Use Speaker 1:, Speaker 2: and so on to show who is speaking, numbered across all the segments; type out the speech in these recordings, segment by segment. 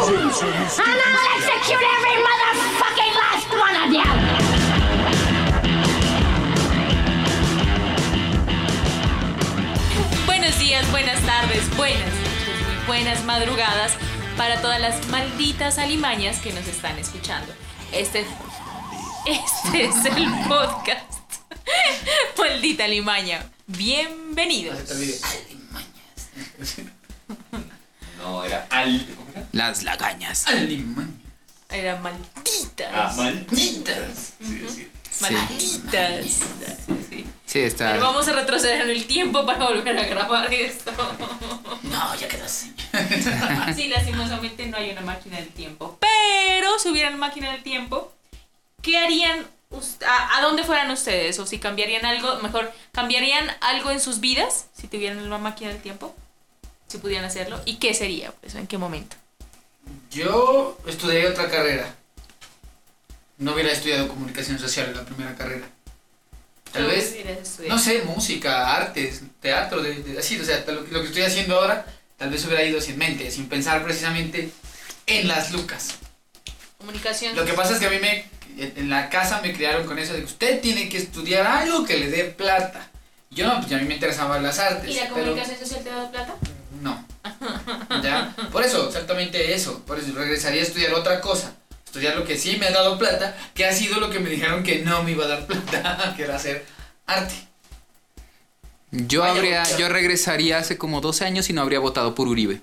Speaker 1: And I'll execute every motherfucking last one of you!
Speaker 2: Buenos días, buenas tardes, buenas noches, muy buenas madrugadas para todas las malditas alimañas que nos están escuchando. Este, este es el podcast. Maldita alimaña. Bienvenidos.
Speaker 3: No, era al. ¿Cómo era?
Speaker 4: Las lagañas.
Speaker 3: Alimaña.
Speaker 2: Era malditas.
Speaker 3: Ah, malditas. Sí, sí.
Speaker 2: Malditas. Sí.
Speaker 4: Sí, está.
Speaker 2: Pero vamos a retroceder en el tiempo para volver a grabar esto.
Speaker 3: No, ya quedó así.
Speaker 2: Sí, lastimosamente no hay una máquina del tiempo. Pero si hubieran máquina del tiempo, ¿qué harían? us- A, a dónde fueran ustedes? ¿O si cambiarían algo? Mejor, ¿cambiarían algo en sus vidas si tuvieran una máquina del tiempo? Si pudieran hacerlo. ¿Y qué sería? Pues, ¿En qué momento?
Speaker 5: Yo estudié otra carrera. No hubiera estudiado comunicación social en la primera carrera. Tal vez, no sé, música, artes, teatro, de, de- así, o sea, tal- lo que estoy haciendo ahora, tal vez hubiera ido sin mente, sin pensar precisamente en las lucas.
Speaker 2: Comunicación.
Speaker 5: Lo que pasa es que a mí me, en en la casa me criaron con eso de que usted tiene que estudiar algo que le dé plata. Yo no, pues a mí me interesaban las artes.
Speaker 2: ¿Y la
Speaker 5: pero-
Speaker 2: comunicación social te da plata?
Speaker 5: no. ¿Ya? Por eso, exactamente eso. Por eso regresaría a estudiar otra cosa. Estudiar lo que sí me ha dado plata, que ha sido lo que me dijeron que no me iba a dar plata, que era hacer arte.
Speaker 4: Yo habría, yo regresaría hace como 12 años y no habría votado por Uribe.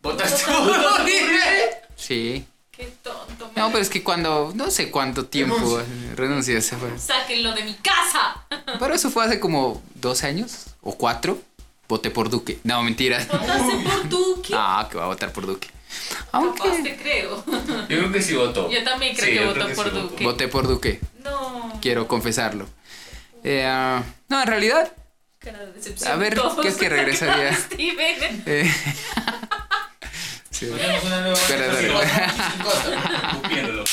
Speaker 5: ¿Votaste por Uribe?
Speaker 4: Sí.
Speaker 2: Qué tonto.
Speaker 4: No, pero es que cuando, no sé cuánto tiempo eh, renuncié, se fue.
Speaker 2: Sáquenlo de mi casa.
Speaker 4: Pero eso fue hace como 12 años o 4. Voté por Duque. No, mentira.
Speaker 2: Votaste por tú, ¿qué?
Speaker 4: Ah, que va a votar por Duque.
Speaker 2: Capaz
Speaker 4: Aunque
Speaker 2: te creo.
Speaker 3: Yo creo que sí votó.
Speaker 2: Yo también creo
Speaker 3: Sí,
Speaker 2: que
Speaker 3: yo
Speaker 2: votó
Speaker 3: creo que
Speaker 2: por
Speaker 3: sí votó.
Speaker 2: Duque.
Speaker 4: voté por Duque,
Speaker 2: No.
Speaker 4: quiero confesarlo. Eh, ah, no, en realidad,
Speaker 2: Cara de decepción.
Speaker 4: A ver,
Speaker 2: Todos
Speaker 4: ¿qué es que regresaría?
Speaker 2: Steven.
Speaker 4: eh, sí.
Speaker 5: Ponemos una nueva
Speaker 4: Espera,
Speaker 5: votación.
Speaker 3: Cupiéndolo.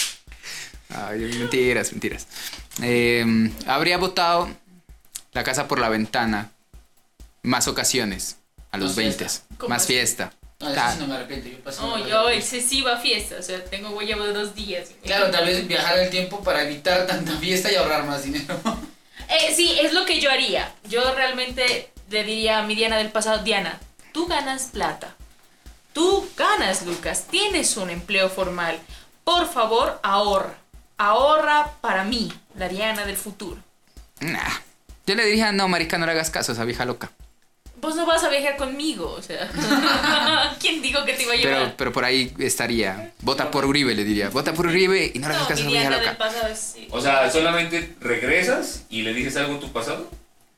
Speaker 4: Ay, mentiras, mentiras. Eh, habría votado La casa por la ventana más ocasiones, a los
Speaker 5: Más
Speaker 4: 20,
Speaker 5: fiesta.
Speaker 2: ¿Cómo
Speaker 4: más
Speaker 2: así? Ah,
Speaker 4: fiesta. Ah,
Speaker 5: No, eso sí no me arrepiento, yo paso
Speaker 2: No,
Speaker 5: la
Speaker 2: yo
Speaker 5: verdad.
Speaker 2: excesiva fiesta, o sea, tengo huella de dos días.
Speaker 5: Claro, tal vez viajar el tiempo para evitar tanta fiesta y ahorrar más dinero.
Speaker 2: Eh, sí, es lo que yo haría. Yo realmente le diría a mi Diana del pasado, Diana, tú ganas plata. Tú ganas, Lucas. Tienes un empleo formal. Por favor, ahorra. Ahorra para mí, la Diana del futuro.
Speaker 4: Nah. Yo le dije, "Ah, no, marica, no le hagas caso a esa vieja loca.
Speaker 2: Vos no vas a viajar conmigo, o sea. ¿Quién dijo que te iba a llevar?
Speaker 4: Pero, pero por ahí estaría. Vota por Uribe, le diría. Vota por Uribe y no le hagas
Speaker 2: no,
Speaker 4: caso a
Speaker 2: mi
Speaker 4: esa vieja
Speaker 2: Diana del
Speaker 4: loca.
Speaker 2: pasado es- sí.
Speaker 3: O sea, solamente regresas y le dices algo en tu pasado.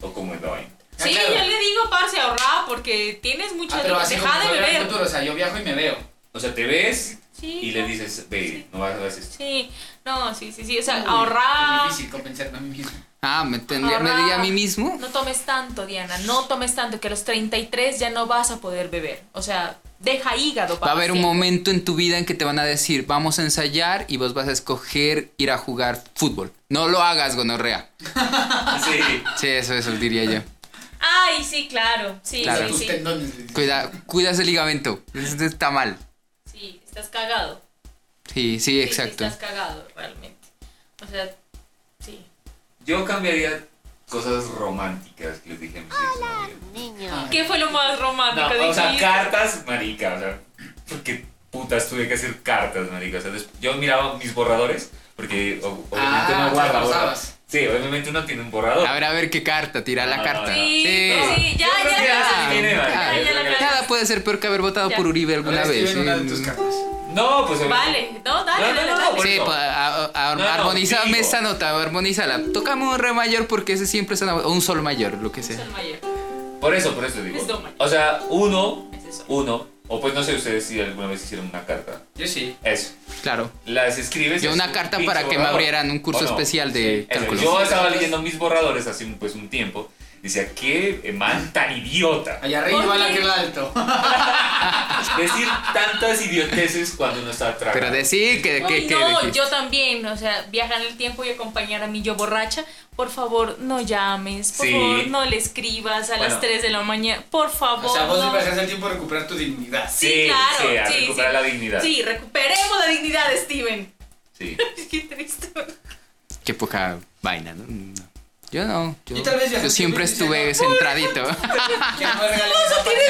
Speaker 3: ¿O cómo es la vaina?
Speaker 2: Sí,
Speaker 5: Ah, claro.
Speaker 2: yo le digo, parce, ahorra porque tienes mucha
Speaker 5: Ah, pero así como
Speaker 2: Deja de
Speaker 5: volver al
Speaker 2: beber.
Speaker 5: futuro, o sea, yo viajo y me veo.
Speaker 3: O sea, te ves
Speaker 2: Sí,
Speaker 3: y le
Speaker 2: no.
Speaker 3: dices, ve, no vas a hacer esto.
Speaker 2: Sí, no, sí, sí, sí. O sea,
Speaker 5: Uy,
Speaker 2: ahorrar.
Speaker 5: Es difícil convencerme a mí mismo.
Speaker 4: Ah, me, tendría, me
Speaker 2: Ahorra.
Speaker 4: diría a mí mismo.
Speaker 2: No tomes tanto, Diana. No tomes tanto, que a los 33 ya no vas a poder beber. O sea, deja hígado
Speaker 4: Va
Speaker 2: para
Speaker 4: a haber un
Speaker 2: siempre.
Speaker 4: momento en tu vida en que te van a decir, vamos a ensayar y vos vas a escoger ir a jugar fútbol. No lo hagas, gonorrea.
Speaker 3: Sí.
Speaker 4: Sí, eso, eso diría yo.
Speaker 2: Ay, sí, claro. Sí,
Speaker 4: Claro.
Speaker 2: sí,
Speaker 5: Tus
Speaker 2: sí.
Speaker 5: tendones. le dices.
Speaker 4: Cuida, cuida ese ligamento. Eso Está mal.
Speaker 2: Sí, estás cagado.
Speaker 4: Sí,
Speaker 2: Sí,
Speaker 4: sí,
Speaker 2: sí,
Speaker 4: exacto.
Speaker 2: estás cagado, realmente. O sea, sí.
Speaker 3: Yo cambiaría cosas románticas que les dije a mis exnovios.
Speaker 5: Ay.
Speaker 2: ¿Qué fue lo más romántico?
Speaker 3: No, o sea,
Speaker 2: dijiste?
Speaker 3: cartas, marica, o sea, porque putas tuve que hacer cartas, marica. O sea, des- yo miraba mis borradores, porque o- obviamente
Speaker 5: Ah,
Speaker 3: no guarda
Speaker 5: te las
Speaker 3: borrador.
Speaker 5: pasabas.
Speaker 3: Sí, obviamente uno tiene un borrador.
Speaker 4: A ver, a ver qué carta, tira la
Speaker 3: No,
Speaker 4: carta.
Speaker 3: no, no.
Speaker 2: Sí, sí, ya,
Speaker 3: Yo creo
Speaker 2: ya,
Speaker 3: que
Speaker 2: ya.
Speaker 3: haces bien, Eva.
Speaker 4: Ah,
Speaker 3: Yo
Speaker 2: ya
Speaker 3: creo
Speaker 2: la
Speaker 3: que-
Speaker 2: acabé.
Speaker 4: Nada puede ser peor que haber votado
Speaker 2: Ya.
Speaker 4: por Uribe
Speaker 5: Ahora
Speaker 4: alguna
Speaker 5: escribe
Speaker 4: vez.
Speaker 5: en una de
Speaker 4: Mm.
Speaker 5: tus cartas.
Speaker 3: No, pues obviamente-
Speaker 2: Vale, no, dale,
Speaker 3: No, no,
Speaker 2: dale,
Speaker 3: no,
Speaker 2: dale.
Speaker 3: por
Speaker 4: Sí,
Speaker 3: eso.
Speaker 4: pues, a- a- a-
Speaker 3: No, no,
Speaker 4: armonízame
Speaker 3: digo.
Speaker 4: esa nota, armonízala. Tocamos un re mayor porque ese siempre es una- o un sol mayor, lo que
Speaker 2: Es
Speaker 4: sea.
Speaker 2: el mayor,
Speaker 3: Por eso, por eso digo.
Speaker 2: Es doma.
Speaker 3: O sea, uno,
Speaker 2: es eso.
Speaker 3: uno, o pues no sé ustedes si alguna vez hicieron una carta.
Speaker 5: Yo sí.
Speaker 3: Eso.
Speaker 4: Claro.
Speaker 3: Las escribes.
Speaker 4: Yo
Speaker 3: en
Speaker 4: una
Speaker 3: un
Speaker 4: carta
Speaker 3: pinche
Speaker 4: para que me
Speaker 3: borrador.
Speaker 4: abrieran un curso
Speaker 3: ¿O no?
Speaker 4: especial de
Speaker 3: Eso,
Speaker 4: cálculo.
Speaker 3: Yo estaba leyendo mis borradores hace un- pues, un tiempo. Decía, qué man tan idiota.
Speaker 5: Allá arriba
Speaker 2: ¿Por
Speaker 5: la
Speaker 2: qué?
Speaker 5: que el alto.
Speaker 3: Decir tantas idioteces cuando uno está atrás.
Speaker 4: Pero decir que... que,
Speaker 2: Uy,
Speaker 4: que
Speaker 2: no,
Speaker 4: que-
Speaker 2: yo también, o sea, viajar en el tiempo y acompañar a mi yo borracha, por favor, no llames, por
Speaker 3: Sí.
Speaker 2: favor, no le escribas a
Speaker 3: Bueno.
Speaker 2: las 3 de la mañana, por favor.
Speaker 5: O sea, vos
Speaker 2: no.
Speaker 5: viajas el tiempo a recuperar tu dignidad.
Speaker 2: Sí,
Speaker 3: Sí,
Speaker 2: claro,
Speaker 3: sí, a
Speaker 2: sí,
Speaker 3: recuperar
Speaker 2: sí.
Speaker 3: la dignidad.
Speaker 2: Sí, recuperemos la dignidad de Steven.
Speaker 3: Sí.
Speaker 2: Qué triste.
Speaker 4: Qué poca vaina, ¿no? No. Yo no. Yo,
Speaker 5: Yo tal vez viajé
Speaker 4: yo siempre
Speaker 5: en el tiempo y
Speaker 4: estuve
Speaker 5: dice,
Speaker 4: centradito.
Speaker 5: Que no me regales esa
Speaker 2: ¡Tienes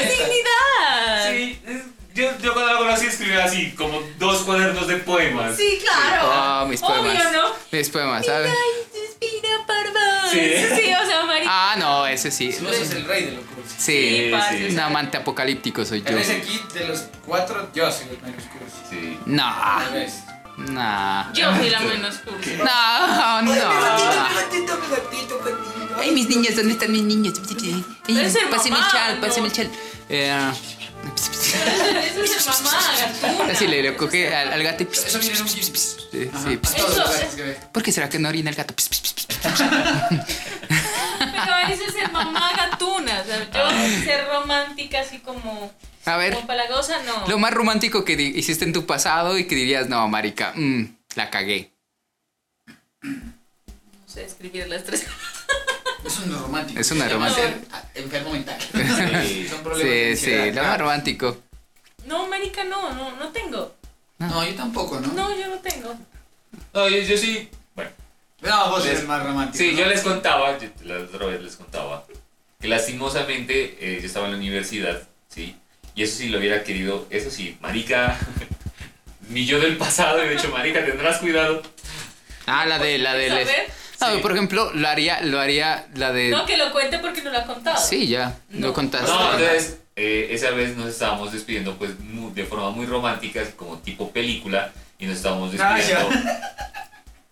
Speaker 2: dignidad!
Speaker 5: paneta.
Speaker 3: Sí, es- yo, yo cuando la conocí escribía así, como dos cuadernos de poemas.
Speaker 2: Sí, claro.
Speaker 4: Ah, mis
Speaker 2: Obvio,
Speaker 4: poemas.
Speaker 2: ¿no?
Speaker 4: Mis poemas, ¿sabes?
Speaker 2: Ay, espina parva.
Speaker 3: Sí.
Speaker 2: Sí. sí, o sea, marica.
Speaker 4: Ah, no, ese sí.
Speaker 5: Vos sos el rey de lo cursi.
Speaker 4: Sí.
Speaker 2: sí, parce,
Speaker 3: sí.
Speaker 2: o
Speaker 4: Un
Speaker 2: sea,
Speaker 4: amante apocalíptico soy yo.
Speaker 5: Tal vez aquí de los cuatro, yo soy el menos cursi.
Speaker 3: Sí.
Speaker 5: Tal
Speaker 4: No,
Speaker 5: vez.
Speaker 2: Ah.
Speaker 4: no.
Speaker 2: Yo soy la menos cursi.
Speaker 4: No, no.
Speaker 5: gatito, mi gatito, gatito.
Speaker 4: Ay, mis niños, ¿dónde están mis niños?
Speaker 2: Eres el
Speaker 4: Páseme el
Speaker 2: mamá,
Speaker 4: chal,
Speaker 2: no.
Speaker 4: páseme el chal. Eh,
Speaker 2: Eso es mamá, gatuna.
Speaker 4: así le, le coge al, al gato y...
Speaker 5: Eso viene en un
Speaker 4: Sí,
Speaker 5: Ajá,
Speaker 4: Eh, sí.
Speaker 5: a todos
Speaker 2: eh.
Speaker 5: los gatos que ve.
Speaker 4: ¿Por qué será que no orina el gato?
Speaker 2: Pero eso es el mamá gatuna. O sea, yo ser romántica así como.
Speaker 4: A ver.
Speaker 2: Como palagosa, no.
Speaker 4: Lo más romántico que di- hiciste en tu pasado y que dirías, no, marica, mm, la cagué.
Speaker 2: No sé escribir las tres.
Speaker 5: Eso no es romántico.
Speaker 4: Eso no es
Speaker 5: Se llama
Speaker 2: romántico.
Speaker 5: ser, ah, enfermo mental.
Speaker 3: Sí.
Speaker 5: Son problemas de
Speaker 4: Sí,
Speaker 5: ansiedad.
Speaker 4: sí, lo más romántico.
Speaker 2: No, marica, no, no, no tengo.
Speaker 5: No, yo tampoco, ¿no?
Speaker 2: No, yo no tengo.
Speaker 3: No, yo, yo sí. Bueno,
Speaker 5: No, vos eres más romántico.
Speaker 3: sí,
Speaker 5: ¿no?
Speaker 3: yo les contaba, yo- la otra vez les contaba, que lastimosamente eh, yo estaba en la universidad, ¿sí? Y eso sí lo hubiera querido, eso sí, marica, mi yo del pasado, de hecho, marica, tendrás cuidado.
Speaker 4: Ah, la de, la de...
Speaker 2: ¿Quieres saber?
Speaker 4: No,
Speaker 3: Sí.
Speaker 4: por ejemplo, lo haría, lo haría la de...
Speaker 2: No, que lo cuente porque no lo ha contado.
Speaker 4: Eh. Sí, ya,
Speaker 2: No.
Speaker 4: lo contaste.
Speaker 3: No, entonces, eh, esa vez nos estábamos despidiendo pues mu- de forma muy romántica, como tipo película, y nos estábamos
Speaker 5: Ah,
Speaker 3: despidiendo.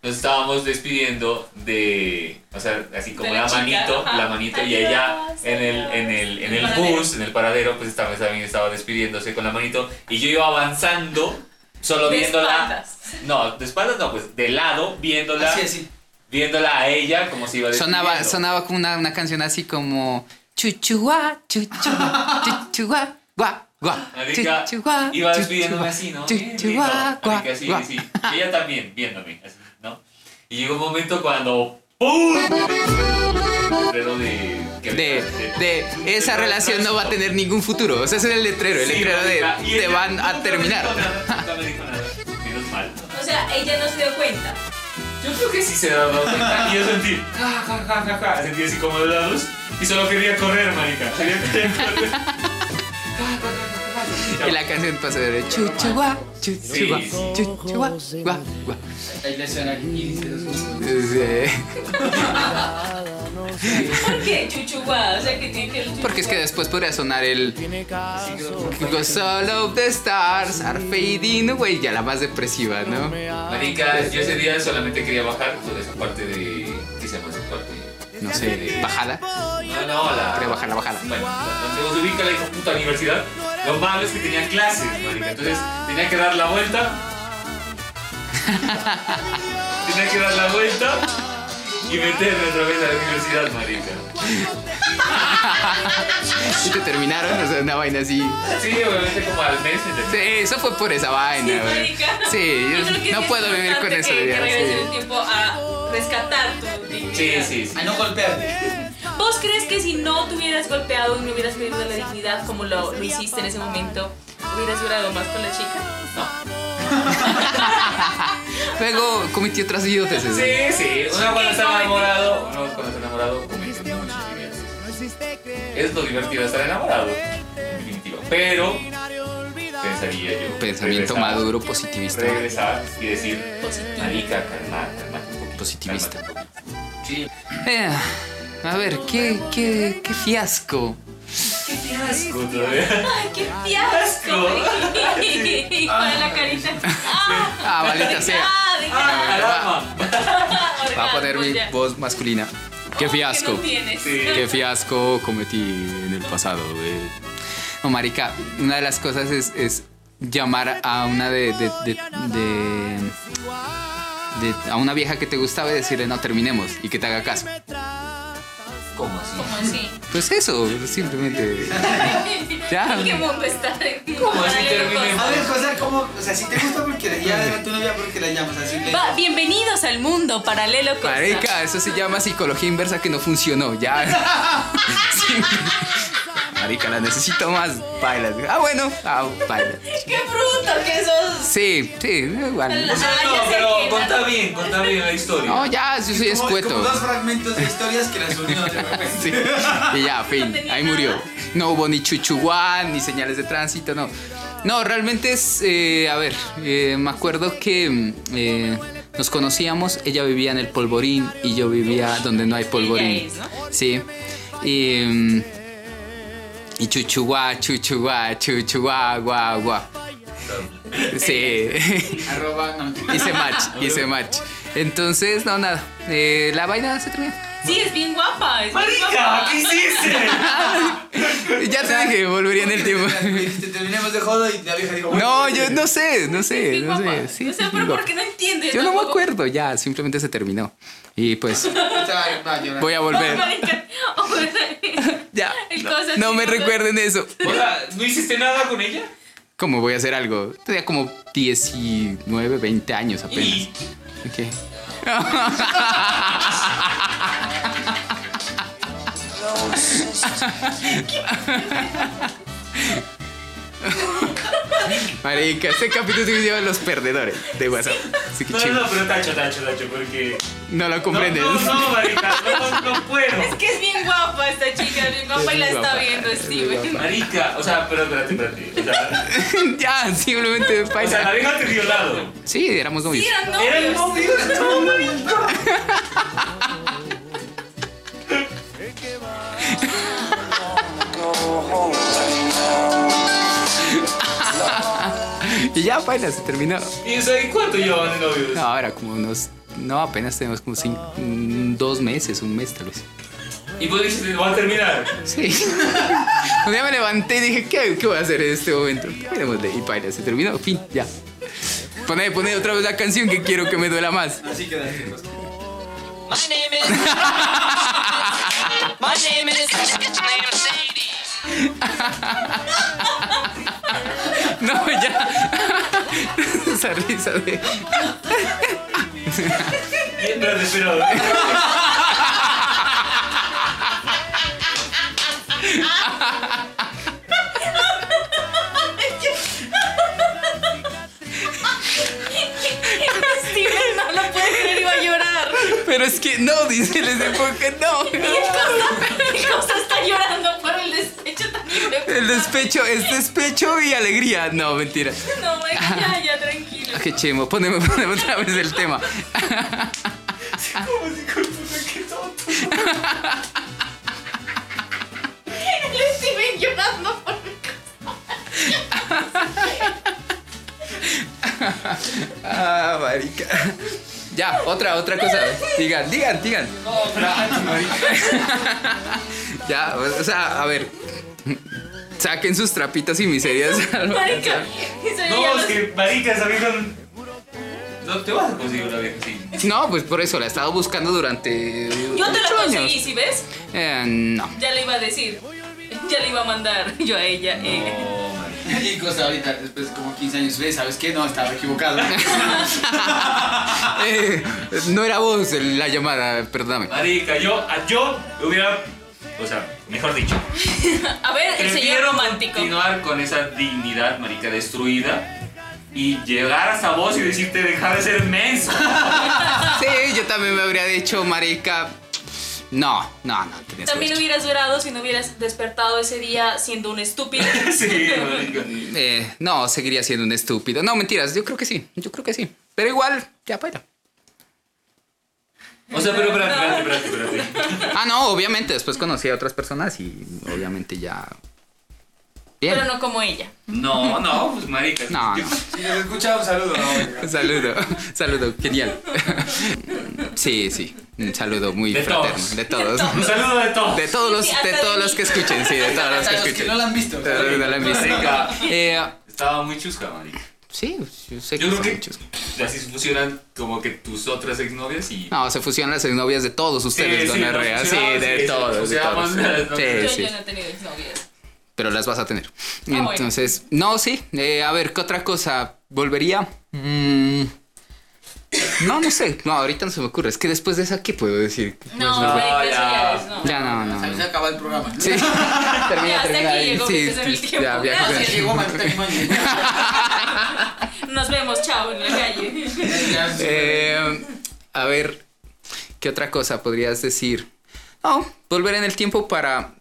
Speaker 3: nos estábamos despidiendo de, o sea, así como
Speaker 2: De
Speaker 3: la,
Speaker 2: la chica,
Speaker 3: manito,
Speaker 2: ajá.
Speaker 3: la manito y
Speaker 2: Adiós,
Speaker 3: ella en el,
Speaker 2: adiós.
Speaker 3: en el, en
Speaker 2: El
Speaker 3: el
Speaker 2: paradero.
Speaker 3: bus, en el paradero, pues esta vez también estaba despidiéndose con la manito, y yo iba avanzando, solo
Speaker 2: De
Speaker 3: viéndola.
Speaker 2: espaldas.
Speaker 3: No, de espaldas no, pues de lado, viéndola,
Speaker 5: Así, así.
Speaker 3: viéndola a ella como si iba
Speaker 4: Sonaba,
Speaker 3: despidiendo.
Speaker 4: sonaba como una, una canción así como... Chuchuá, chuchuá, chuchuá, guá, guá.
Speaker 3: Marica,
Speaker 4: chuchuá,
Speaker 3: iba
Speaker 4: chuchuá,
Speaker 3: despidiéndome así, ¿no? Bien, bien,
Speaker 4: chuchuá,
Speaker 3: no.
Speaker 4: guá,
Speaker 3: Marica, así,
Speaker 4: guá.
Speaker 3: así. Y ella también, viéndome, así, ¿no? Y llegó un momento cuando ¡pum! Letrero de... que-
Speaker 4: De, de esa
Speaker 3: de-
Speaker 4: relación no va a tener ningún futuro. O sea, ese es el letrero, el
Speaker 3: Sí,
Speaker 4: letrero
Speaker 3: marica, y
Speaker 4: de te
Speaker 3: ella
Speaker 4: van
Speaker 3: nunca
Speaker 4: a
Speaker 3: me
Speaker 4: terminar.
Speaker 3: dijo nada, Nunca me dijo nada. Menos mal.
Speaker 2: O sea, ella no se dio cuenta.
Speaker 3: Yo creo que sí se daba cuenta. Y yo sentí, ja, ja, ja, ja, ja. Sentí así como de la luz. Y solo quería correr, marica. Quería correr.
Speaker 4: Y la canción pasa de chuchuá, chuchuá,
Speaker 3: Sí,
Speaker 4: chuchuá, guá, guá.
Speaker 5: La iglesia era aquí y dice eso.
Speaker 4: Sí.
Speaker 2: ¿Por qué chuchuá? O sea, que tiene que ver el
Speaker 4: Porque es que
Speaker 2: chuchuá?
Speaker 4: después podría sonar el
Speaker 5: Así quedó por fuera.
Speaker 4: Because all of the stars are fading away, ya la más depresiva, ¿no?
Speaker 3: Marica, yo ese día solamente quería bajar toda esa parte de... ¿Qué se llama esa parte?
Speaker 4: No sé, bajada.
Speaker 3: No, no, la.
Speaker 4: Quería bajar la bajada.
Speaker 3: Bueno, donde se ubica la hija puta universidad, lo malo es que tenía clases, marica. Entonces tenía que dar la vuelta. tenía que dar la vuelta y meterme otra vez a la universidad, marica.
Speaker 4: Y te terminaron, o sea, una vaina así.
Speaker 3: Sí, obviamente como al mes me
Speaker 4: Sí, eso fue por esa vaina, güey.
Speaker 2: marica.
Speaker 4: Sí, yo
Speaker 2: creo que
Speaker 4: no
Speaker 2: sí es
Speaker 4: puedo vivir con
Speaker 2: importante
Speaker 4: eso,
Speaker 2: Que, que
Speaker 4: ya,
Speaker 2: regreses
Speaker 4: sí.
Speaker 2: el tiempo a rescatar tu dignidad.
Speaker 3: Sí, sí, sí.
Speaker 5: A no golpearte.
Speaker 2: ¿Vos crees que si no te hubieras golpeado y no hubieras perdido la dignidad como lo, lo hiciste en ese momento, hubieras durado más con la chica?
Speaker 4: Luego cometí otras idioteces. güey.
Speaker 3: Sí, sí. Uno cuando está enamorado, uno cuando está enamorado comete muchas ideas. Es lo divertido de estar enamorado. en definitiva. Pero pensaría yo.
Speaker 4: Pensamiento
Speaker 3: regresar-
Speaker 4: maduro, positivista.
Speaker 3: Regresar y decir,
Speaker 2: Positivo.
Speaker 3: Marica, calma, calma. un poquito,
Speaker 4: Positivista.
Speaker 3: calma un poquito.
Speaker 5: Sí.
Speaker 4: Eh, a ver, qué, qué, qué fiasco.
Speaker 3: Qué fiasco todavía.
Speaker 2: ¡Ay, qué fiasco! Con la carita. ¡Ah!
Speaker 4: Ah, maldita sea.
Speaker 2: ¡Ah,
Speaker 3: Ah,
Speaker 2: dignidad!
Speaker 3: caramba.
Speaker 4: Va a poner mi
Speaker 2: Orgasmo ya.
Speaker 4: voz masculina. Qué
Speaker 2: Que
Speaker 4: fiasco.
Speaker 2: no tienes.
Speaker 3: Sí.
Speaker 4: Qué fiasco cometí en el pasado, güey. No, marica, una de las cosas es, es llamar a una de, de, de- de- de- a una vieja que te gustaba y decirle no terminemos y que te haga caso.
Speaker 3: ¿Cómo así?
Speaker 2: ¿Cómo así?
Speaker 4: Pues eso, simplemente. Ya.
Speaker 2: ¿En qué mundo está?
Speaker 3: ¿Cómo así
Speaker 2: Dale,
Speaker 3: termina en-
Speaker 2: cosa.
Speaker 5: A ver, José, ¿cómo? O sea, si te gusta porque ya de tu novia porque la llamas así. le-
Speaker 2: Va, bienvenidos al mundo paralelo con.
Speaker 4: Marica, eso se llama psicología inversa que no funcionó, ya. Sí. Marica, la necesito más, bailas. Ah, bueno, ah, bailas.
Speaker 2: ¡Qué bruto que sos!
Speaker 4: Sí, sí, igual.
Speaker 3: O sea,
Speaker 2: Ah, ya
Speaker 3: no,
Speaker 2: sé
Speaker 3: pero
Speaker 2: que-
Speaker 3: contá bien, contá bien la historia.
Speaker 4: No, ya, yo soy
Speaker 5: como, como
Speaker 4: escueto.
Speaker 5: dos fragmentos de historias que las unió de repente.
Speaker 4: Sí. Y ya, fin, ahí murió. No hubo ni chuchuguán, ni señales de tránsito, no. No, realmente es, eh, a ver, eh, me acuerdo que mm, eh, nos conocíamos, ella vivía en el polvorín y yo vivía donde no hay polvorín.
Speaker 2: Ella es, ¿no?
Speaker 4: Sí. Y, mm, y chuchuguá, chuchuguá, chuchuguá, guá, guá. Sí.
Speaker 5: Arroba, no, mentira.
Speaker 4: hice match, hice match. Entonces, no, nada. eh, la vaina se terminó.
Speaker 2: Sí, es bien guapa. Es bien
Speaker 3: ¡Marica!
Speaker 2: guapa.
Speaker 3: ¿Qué hiciste?
Speaker 4: Ya te dije, volvería en el tiempo.
Speaker 5: Te terminamos de joda y la vieja dijo, bueno,
Speaker 4: No, yo no sé, no
Speaker 2: Es
Speaker 4: sé,
Speaker 2: bien
Speaker 4: no
Speaker 2: guapa.
Speaker 4: sé. Sí,
Speaker 2: o sea,
Speaker 4: sí,
Speaker 2: pero
Speaker 4: digo,
Speaker 2: ¿por qué no entiendes?
Speaker 4: yo no me
Speaker 2: Tampoco-
Speaker 4: acuerdo, ya, simplemente se terminó. Y pues
Speaker 5: puta, va a llorar.
Speaker 4: voy a
Speaker 2: No,
Speaker 4: volver.
Speaker 2: marica.
Speaker 4: Ya.
Speaker 2: El
Speaker 4: no-
Speaker 2: cosa
Speaker 4: No
Speaker 2: sí,
Speaker 4: me
Speaker 2: cosa-
Speaker 4: recuerden eso.
Speaker 3: O sea, Ah, ¿no hiciste nada con ella?
Speaker 4: ¿Cómo voy a hacer algo? Tenía como 19, 20 años apenas.
Speaker 3: Y
Speaker 4: Ok. Marica, este capítulo se llama Los Perdedores de WhatsApp. Así que
Speaker 3: No,
Speaker 4: chido.
Speaker 3: no, pero tacho, tacho, tacho, porque.
Speaker 4: No lo comprendes.
Speaker 3: No, no, no, marica, no, no puedo.
Speaker 2: Es que es bien guapa esta chica, es bien guapa y la
Speaker 4: Es
Speaker 2: está
Speaker 4: guapa,
Speaker 2: viendo
Speaker 4: es
Speaker 2: Steven.
Speaker 4: guapa.
Speaker 3: Marica, o sea, pero espérate, espérate. O sea,
Speaker 4: ya, simplemente
Speaker 3: o sea, la
Speaker 4: paisa.
Speaker 3: vieja te violado.
Speaker 4: Sí, éramos novios.
Speaker 2: Sí, eran
Speaker 3: Era el
Speaker 2: novios.
Speaker 3: novio de todo, marica.
Speaker 4: Y ya, paisa, se terminó.
Speaker 3: ¿Y o sea, ¿y cuánto llevaban de novios?
Speaker 4: No, ahora como unos. No, apenas tenemos como cinco, mm, dos meses, un mes tal vez.
Speaker 3: Y vos dijiste, va a terminar.
Speaker 4: Sí. Un día me levanté y dije, ¿qué, qué voy a hacer en este momento? Terminémosle. Y paila, se terminó. Fin, ya. Poné, poné otra vez la canción que quiero que me duela más.
Speaker 5: Así quedaste, José.
Speaker 6: My name is. My name is. Mercedes.
Speaker 4: No, ya. Esa risa de.
Speaker 3: Bien desesperado.
Speaker 2: Steven no lo puede creer, iba a llorar.
Speaker 4: Pero es que no, dice el de porque
Speaker 2: Y
Speaker 4: no.
Speaker 2: el cosa, el cosa está llorando por el despecho tan libre.
Speaker 4: El despecho es despecho y alegría. No, mentira.
Speaker 2: No, marica, ya, ya, tranquilo.
Speaker 4: Qué chimo, poneme, poneme otra vez el tema.
Speaker 2: El Steven llorando por mi cosa.
Speaker 4: Ah, marica. Ya, otra, otra cosa. Digan, digan, digan. Ya, o sea, a ver. Saquen sus trapitos y miserias.
Speaker 2: Marica, y se veía
Speaker 3: No, es
Speaker 2: los-
Speaker 3: que, marica, esa vieja. No te vas a conseguir una vieja así.
Speaker 4: No, pues por eso la he estado buscando durante.
Speaker 2: Yo te
Speaker 4: ocho
Speaker 2: lo
Speaker 4: años.
Speaker 2: conseguí, ¿sí ves?
Speaker 4: Eh, no.
Speaker 2: Ya le iba a decir. Ya le iba a mandar yo a ella. eh.
Speaker 3: No, marica.
Speaker 5: Y cosa ahorita, después de como 15 años, ¿ves? ¿Sabes qué? No, estaba equivocado.
Speaker 4: Eh, no era vos el- la llamada, perdóname.
Speaker 3: Marica, yo, a- yo hubiera. O sea, mejor dicho.
Speaker 2: A ver, el señor
Speaker 3: Prefiero
Speaker 2: romántico.
Speaker 3: continuar con esa dignidad, marica, destruida. Y llegar hasta vos y decirte, dejar de ser menso.
Speaker 4: Sí, yo también me habría dicho, marica. No, no, no. tenías
Speaker 2: También
Speaker 4: razón.
Speaker 2: hubieras llorado si no hubieras despertado ese día siendo un estúpido.
Speaker 3: sí, marica.
Speaker 4: Eh, no, seguiría siendo un estúpido. No, mentiras, yo creo que sí, yo creo que sí. Pero igual, ya para.
Speaker 3: O sea, pero espérate, espérate, espérate, espérate.
Speaker 4: Ah, no, obviamente, después conocí a otras personas y obviamente ya. Bien.
Speaker 2: Pero no como ella.
Speaker 3: No, no, pues marica.
Speaker 4: No, no.
Speaker 5: Si nos escucha, un saludo. ¿no? Oiga.
Speaker 4: Saludo, saludo, genial. Sí, sí, un saludo muy
Speaker 3: De
Speaker 4: fraterno,
Speaker 3: todos.
Speaker 4: de todos.
Speaker 3: Un saludo de todos.
Speaker 4: De todos los,
Speaker 2: Sí,
Speaker 4: de
Speaker 2: hasta
Speaker 4: todos
Speaker 2: de
Speaker 4: los
Speaker 2: mí.
Speaker 4: que escuchen, sí, de todos los
Speaker 5: Hasta
Speaker 4: que
Speaker 5: los que
Speaker 4: escuchen.
Speaker 5: no la han visto.
Speaker 4: De todos los que la han visto.
Speaker 3: Marica,
Speaker 4: Eh,
Speaker 3: estaba muy chusca, marica.
Speaker 4: Sí, yo sé que
Speaker 3: Yo creo
Speaker 4: son
Speaker 3: que
Speaker 4: muchos.
Speaker 3: así fusionan como que tus otras exnovias y...
Speaker 4: No, se fusionan las exnovias de todos ustedes,
Speaker 3: sí,
Speaker 4: don
Speaker 3: nos
Speaker 4: Herrera. Sí,
Speaker 3: fusionamos, sí,
Speaker 4: de
Speaker 3: se
Speaker 4: todos. de
Speaker 3: fusionamos
Speaker 4: todos.
Speaker 3: las dos.
Speaker 4: Sí,
Speaker 2: Yo,
Speaker 4: sí.
Speaker 2: yo no he tenido exnovias.
Speaker 4: Pero las vas a tener.
Speaker 2: bueno.
Speaker 4: Entonces, no, sí. eh, a ver, ¿qué otra cosa? ¿Volvería? Mm, no, no sé. No, ahorita no se me ocurre. Es que después de esa, ¿qué puedo decir?
Speaker 2: No,
Speaker 4: Pues,
Speaker 3: no,
Speaker 2: marica, eso
Speaker 3: ya.
Speaker 2: ya es, no.
Speaker 4: Ya, no, no.
Speaker 5: Se
Speaker 4: no.
Speaker 5: acaba el programa.
Speaker 4: Sí. Termina,
Speaker 2: Ya, hasta
Speaker 4: termina
Speaker 2: aquí
Speaker 4: ahí.
Speaker 2: llegó,
Speaker 4: Sí,
Speaker 2: que se ve el
Speaker 4: sí,
Speaker 2: tiempo.
Speaker 4: ya, ya,
Speaker 2: Gracias.
Speaker 5: Se llegó Marta y Maña.
Speaker 2: Nos vemos, chao, en la calle.
Speaker 5: Ya, sí.
Speaker 4: Eh, a ver, ¿qué otra cosa podrías decir? No, volver en el tiempo para...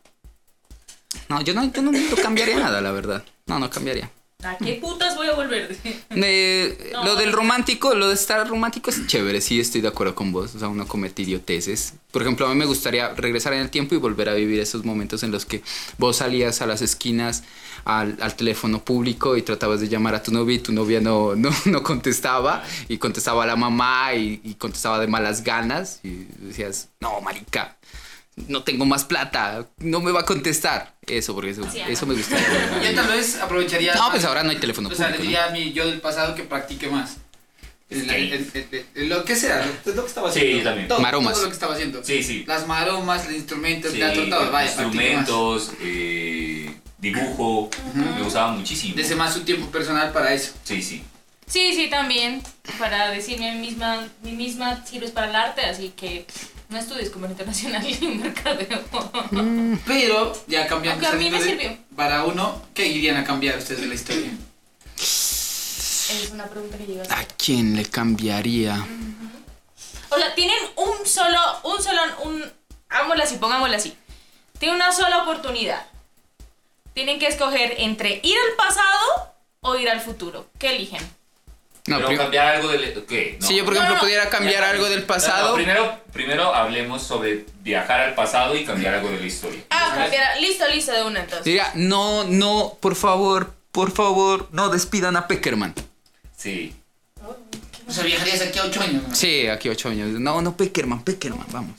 Speaker 4: No, yo no, yo no, no cambiaría nada, la verdad. No, no cambiaría.
Speaker 2: ¿A qué putas voy a volver?
Speaker 4: Eh,
Speaker 2: No.
Speaker 4: Lo del romántico, lo de estar romántico es chévere, sí, estoy de acuerdo con vos. O sea, uno comete idioteces. Por ejemplo, a mí me gustaría regresar en el tiempo y volver a vivir esos momentos en los que vos salías a las esquinas, al, al teléfono público y tratabas de llamar a tu novia y tu novia no, no, no contestaba. Y contestaba a la mamá y, y contestaba de malas ganas. Y decías, no, marica, no tengo más plata, no me va a contestar. Eso, porque eso,
Speaker 2: Sí,
Speaker 4: eso me gustaría.
Speaker 5: Yo tal vez aprovecharía.
Speaker 4: No, pues ahora no hay teléfono
Speaker 5: O sea, le
Speaker 4: público. ¿no?
Speaker 5: diría a mi yo del pasado que practique más. El- el- el- el- el- lo que sea, lo, lo que estaba
Speaker 3: Sí,
Speaker 5: haciendo.
Speaker 3: yo también.
Speaker 5: Todo,
Speaker 4: Maromas.
Speaker 5: Todo lo que estaba haciendo.
Speaker 3: Sí, sí.
Speaker 5: Las maromas, los instrumentos,
Speaker 3: Sí,
Speaker 5: el teatro, todo. Vaya, practique más.
Speaker 3: instrumentos, eh, dibujo, me gustaba muchísimo.
Speaker 5: Dese más su tiempo personal para eso.
Speaker 3: Sí, sí.
Speaker 2: Sí, sí, también. Para decirme a mí misma, mi misma sirves para el arte, así que no estudies comercio internacional y mercadeo.
Speaker 5: Pero ya cambiando.
Speaker 2: Aunque a mí me
Speaker 5: saliendo de-
Speaker 2: sirvió.
Speaker 5: Para uno, ¿qué irían a cambiar ustedes de la historia?
Speaker 2: Es una pregunta que yo iba a
Speaker 4: ¿A
Speaker 2: hacer.
Speaker 4: quién le cambiaría?
Speaker 2: O sea, tienen un solo, un solo, un. Hagámoslo así, pongámoslo así. Tienen una sola oportunidad. Tienen que escoger entre ir al pasado o ir al futuro. ¿Qué eligen?
Speaker 4: No,
Speaker 3: Pero
Speaker 4: prim-
Speaker 3: cambiar algo del... ¿Qué? No.
Speaker 4: si yo, por
Speaker 2: No,
Speaker 4: ejemplo,
Speaker 2: no,
Speaker 4: pudiera cambiar
Speaker 3: Ya,
Speaker 4: algo del
Speaker 3: no,
Speaker 4: pasado.
Speaker 3: no, primero, primero hablemos sobre viajar al pasado y cambiar algo de la historia.
Speaker 2: Ah, cambiar. Listo, listo, de una entonces.
Speaker 4: Diría, no, no, por favor, por favor, no despidan a Peckerman.
Speaker 3: Sí.
Speaker 5: O sea, viajarías aquí a ocho años. ¿no?
Speaker 4: Sí, aquí ocho años. No, no, Peckerman, Peckerman, vamos.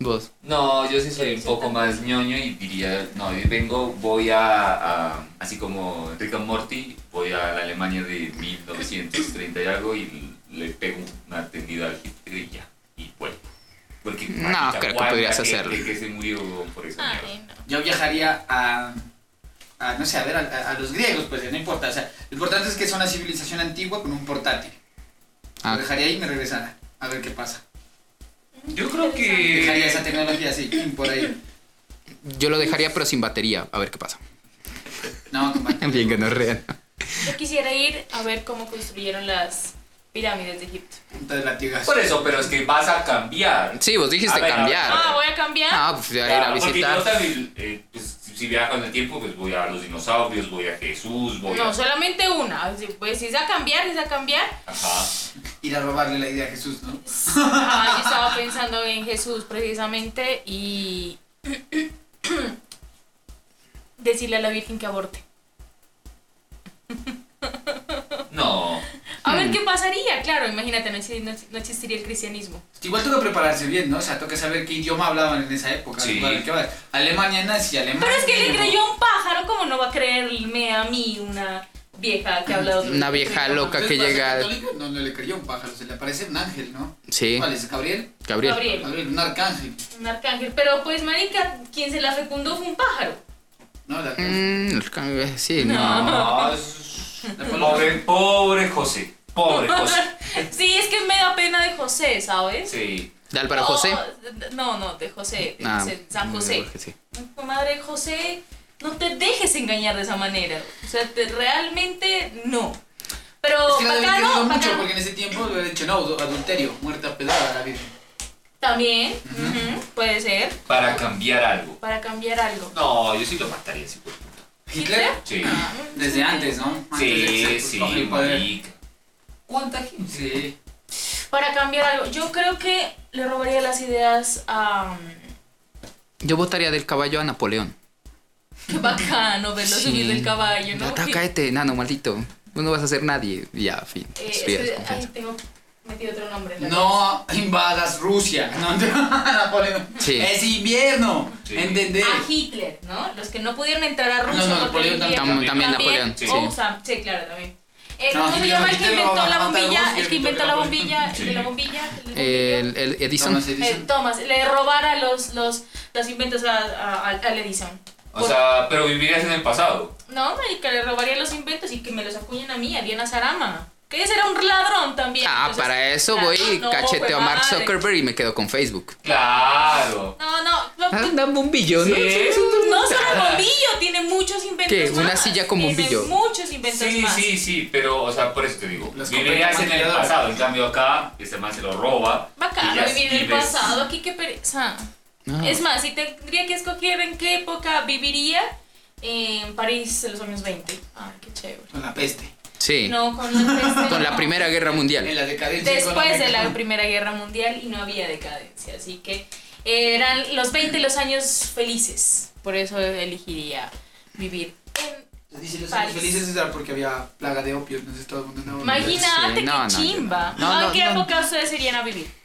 Speaker 4: Vos.
Speaker 3: No, yo sí soy un poco más ñoño y diría, no, yo vengo, voy a, a- así como Rick and Morty, voy a la Alemania de 1930 y algo y le pego una tendida al Hitler y ya, y vuelvo. Porque,
Speaker 4: No,
Speaker 3: marica,
Speaker 4: creo que
Speaker 3: guarda
Speaker 4: podrías hacerlo.
Speaker 3: Que, que se murió por eso.
Speaker 2: Ay, no.
Speaker 5: Yo viajaría a. a, no sé, a ver, a, a- a los griegos, pues no importa. O sea, lo importante es que es una civilización antigua con un portátil.
Speaker 4: Ah.
Speaker 5: Lo dejaría ahí y me regresara. A ver qué pasa.
Speaker 3: Yo creo
Speaker 5: Dejaría
Speaker 3: que...
Speaker 5: esa tecnología así, pim, por ahí.
Speaker 4: Yo lo dejaría, pero sin batería. A ver qué pasa.
Speaker 5: No, compadre.
Speaker 4: Bien que no rean.
Speaker 2: Yo quisiera ir a ver cómo construyeron las pirámides de Egipto.
Speaker 5: punta de latigazo.
Speaker 3: Por eso, pero es que vas a cambiar.
Speaker 4: Sí, vos dijiste
Speaker 3: A ver, a ver,
Speaker 4: cambiar.
Speaker 3: a
Speaker 2: Ah, voy a cambiar.
Speaker 4: Ah, pues ya ir a
Speaker 3: Claro, porque yo
Speaker 4: visitar.
Speaker 3: también, eh, pues, si viajo en el tiempo, pues voy a los dinosaurios, voy a Jesús, voy
Speaker 2: no,
Speaker 3: a...
Speaker 2: solamente una. Si- Pues si es a cambiar, es a cambiar.
Speaker 3: Ajá.
Speaker 5: Ir a robarle la idea a Jesús, ¿no?
Speaker 2: Ah, yo estaba pensando en Jesús precisamente y decirle a la Virgen que aborte.
Speaker 3: No.
Speaker 2: A ver qué pasaría, claro, imagínate, no, exi- no ex- no existiría el cristianismo.
Speaker 5: Igual toca prepararse bien, ¿no? O sea, toca saber qué idioma hablaban en esa época.
Speaker 3: Sí.
Speaker 5: igual que vas. Alemania nazi, Alemania.
Speaker 2: Pero es que le creyó a un pájaro, ¿cómo no va a creerme a mí una vieja que habla otro
Speaker 4: Una vieja
Speaker 2: idioma?
Speaker 4: loca que
Speaker 5: Entonces, para
Speaker 4: llega.
Speaker 5: ser católico, No, no le creyó un pájaro, se le aparece un ángel, ¿no?
Speaker 4: Sí,
Speaker 5: ¿Cuál es? ¿Gabriel?
Speaker 4: Gabriel.
Speaker 2: Gabriel,
Speaker 5: Gabriel, un arcángel.
Speaker 2: un arcángel. Pero pues, marica, quien se la fecundó fue un pájaro.
Speaker 5: No, el arcángel.
Speaker 4: Mm, el cambio- sí, no.
Speaker 3: No, es- pobre, pobre José. Pobre José.
Speaker 2: sí, es que me da pena de José, ¿sabes?
Speaker 3: Sí.
Speaker 4: ¿De Álvaro
Speaker 2: Oh,
Speaker 4: José?
Speaker 2: No, no, de José, de
Speaker 4: Ah,
Speaker 2: José, San José.
Speaker 4: sí.
Speaker 2: Tu Madre José, no te dejes engañar de esa manera. O sea, te- realmente no. Pero
Speaker 5: Es que la deben
Speaker 2: bacano,
Speaker 5: querido mucho
Speaker 2: bacano.
Speaker 5: porque en ese tiempo le hubieran dicho, no, adulterio, muerta pedrada la Virgen.
Speaker 2: También ujú, puede ser
Speaker 3: Para cambiar algo.
Speaker 2: para cambiar algo.
Speaker 3: No, yo sí lo mataría, sí, por puta.
Speaker 5: ¿Hitler?
Speaker 3: Sí.
Speaker 5: Desde antes, ¿no? Antes de que se
Speaker 3: Sí, sí,
Speaker 5: pues, coge el poder.
Speaker 3: marica. ¿Cuánta gente?
Speaker 5: Sí.
Speaker 2: Para cambiar algo. Yo creo que le robaría las ideas a... mm,
Speaker 4: Yo votaría del caballo a Napoleón.
Speaker 2: Qué bacano verlo
Speaker 4: Sí.
Speaker 2: subir del caballo, Eh, ¿no?
Speaker 4: Ata,
Speaker 2: Que-
Speaker 4: cáete, nano, maldito. Vos no vas a ser nadie. Y Ya, fin.
Speaker 2: Eh,
Speaker 4: Destruida
Speaker 2: es que-
Speaker 4: desconfianza.
Speaker 2: ay, tengo metido otro nombre. en la
Speaker 5: No invadas Rusia. No, Napoleón.
Speaker 4: Sí.
Speaker 5: Es invierno.
Speaker 3: Sí.
Speaker 5: ¿Entendés?
Speaker 2: a Hitler, ¿no? Los que no pudieron entrar a Rusia.
Speaker 5: Ah, No, no,
Speaker 2: porque
Speaker 5: Napoleón
Speaker 2: vivieron-
Speaker 4: también. También Napoleón,
Speaker 2: También,
Speaker 4: sí.
Speaker 2: o sea, sí, claro, también. Eh,
Speaker 5: No,
Speaker 2: ¿Cómo se
Speaker 5: yo-
Speaker 2: llama
Speaker 5: yo
Speaker 2: el que
Speaker 5: te lo
Speaker 2: inventó
Speaker 5: voy a
Speaker 2: la
Speaker 5: matar
Speaker 2: bombilla?
Speaker 5: vos,
Speaker 2: El que
Speaker 5: yo
Speaker 2: inventó la
Speaker 5: te lo voy a-
Speaker 2: bombilla, el de la
Speaker 3: Sí.
Speaker 2: bombilla. el del bombillo.
Speaker 4: El, el Edison.
Speaker 5: Thomas Edison.
Speaker 2: Eh, Thomas, le robara los, los, los inventos a, a- a- al Edison. Pues,
Speaker 3: O sea, pero vivirías en el pasado.
Speaker 2: No, marica, le robaría los inventos y que me los acuñen a mí, a Diana Sarama. Que ese era un ladrón también.
Speaker 4: Ah,
Speaker 2: entonces,
Speaker 4: para eso
Speaker 2: ladrón,
Speaker 4: voy y
Speaker 2: no, eh.
Speaker 4: cacheteo
Speaker 2: fue
Speaker 4: a Mark
Speaker 2: madre.
Speaker 4: Zuckerberg y me quedo con Facebook.
Speaker 3: Claro.
Speaker 2: No, no, no,
Speaker 4: Ah, dame un billón. ¿no?
Speaker 3: Sí.
Speaker 2: no solo bombillo, tiene muchos inventos
Speaker 4: ¿Qué? ¿Una
Speaker 2: más.
Speaker 4: silla con bombillo?
Speaker 2: Tiene muchos inventos
Speaker 3: Sí,
Speaker 2: más.
Speaker 3: sí, sí, pero, o sea, por eso te digo,
Speaker 5: Las
Speaker 3: vivirías
Speaker 5: compañías
Speaker 3: en el
Speaker 5: maquiladoras.
Speaker 3: pasado, en cambio acá, este man se lo roba. y
Speaker 2: Bacano
Speaker 3: ya
Speaker 2: vivir en el
Speaker 3: vives-
Speaker 2: pasado, aquí qué pereza.
Speaker 4: Ah.
Speaker 2: Es más, si tendría que escoger en qué época viviría, en París en los años 20. Ah, qué chévere.
Speaker 5: Con la peste.
Speaker 4: Sí.
Speaker 2: No, con la, peste,
Speaker 4: Con la
Speaker 2: no.
Speaker 4: Primera Guerra
Speaker 5: En
Speaker 4: Mundial.
Speaker 5: la decadencia
Speaker 2: Después
Speaker 5: económica.
Speaker 2: de la Primera Guerra Mundial y no había decadencia, así que eran los 20 los años felices. Por eso elegiría vivir en
Speaker 5: Dice los años
Speaker 2: París.
Speaker 5: felices era porque había plaga de opio, entonces todo el mundo andaba-
Speaker 2: Imagínate
Speaker 4: Sí,
Speaker 2: qué
Speaker 4: no, no, yo
Speaker 2: chimba.
Speaker 4: no. No,
Speaker 2: ¿A
Speaker 4: no,
Speaker 2: qué
Speaker 4: no.
Speaker 2: época ustedes irían a vivir?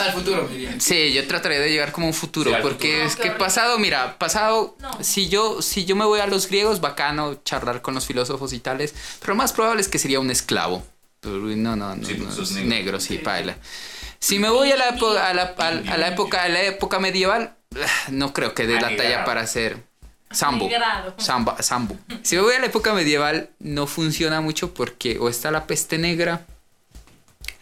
Speaker 5: Al futuro, me diría.
Speaker 4: Sí, yo trataré de llegar como a un futuro,
Speaker 3: Sí, al
Speaker 4: porque
Speaker 2: futuro.
Speaker 4: es
Speaker 2: No, qué
Speaker 4: que
Speaker 2: horrible.
Speaker 4: pasado, mira, pasado,
Speaker 2: No.
Speaker 4: si yo si yo me voy a los griegos, bacano charlar con los filósofos y tales, pero más probable es que sería un esclavo. Pero, uy, No, no, no,
Speaker 3: Sí,
Speaker 4: no,
Speaker 3: pues, sos
Speaker 4: es
Speaker 3: negro.
Speaker 4: negro, sí, paila. Si me voy a la, epo- a la, a la- a la época a la época medieval, no creo que dé la talla
Speaker 3: Anigrado.
Speaker 4: para ser sambo.
Speaker 2: Anigrado.
Speaker 4: Samba, sambo. Si me voy a la época medieval, no funciona mucho porque o está la peste negra,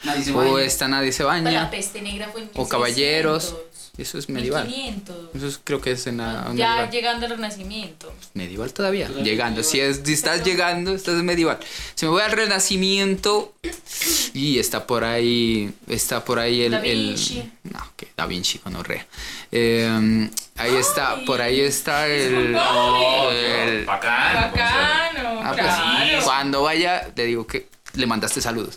Speaker 5: Nadie se
Speaker 4: o
Speaker 5: baña.
Speaker 3: Pues,
Speaker 4: está nadie se
Speaker 2: La
Speaker 4: baña,
Speaker 2: peste negra fue en
Speaker 4: o caballeros.
Speaker 2: 1600,
Speaker 4: Eso es medieval.
Speaker 2: 1500.
Speaker 4: Eso es- creo que es en la
Speaker 2: ya
Speaker 4: medieval.
Speaker 2: llegando al Renacimiento.
Speaker 4: Medieval todavía.
Speaker 5: Todavía
Speaker 4: llegando.
Speaker 5: medieval.
Speaker 4: Si, es, si estás llegando, estás en medieval. Si me voy al Renacimiento. Y está por ahí. Está por ahí el.
Speaker 2: Da
Speaker 4: el-
Speaker 2: Vinci.
Speaker 4: no, que Da Vinci, gonorrea. Eh, ahí está. Por ahí está el. oh,
Speaker 3: No,
Speaker 4: el-
Speaker 3: yo, bacano.
Speaker 2: Bacano,
Speaker 4: Ah, pues,
Speaker 2: claro.
Speaker 4: Cuando vaya, le digo que le mandaste saludos.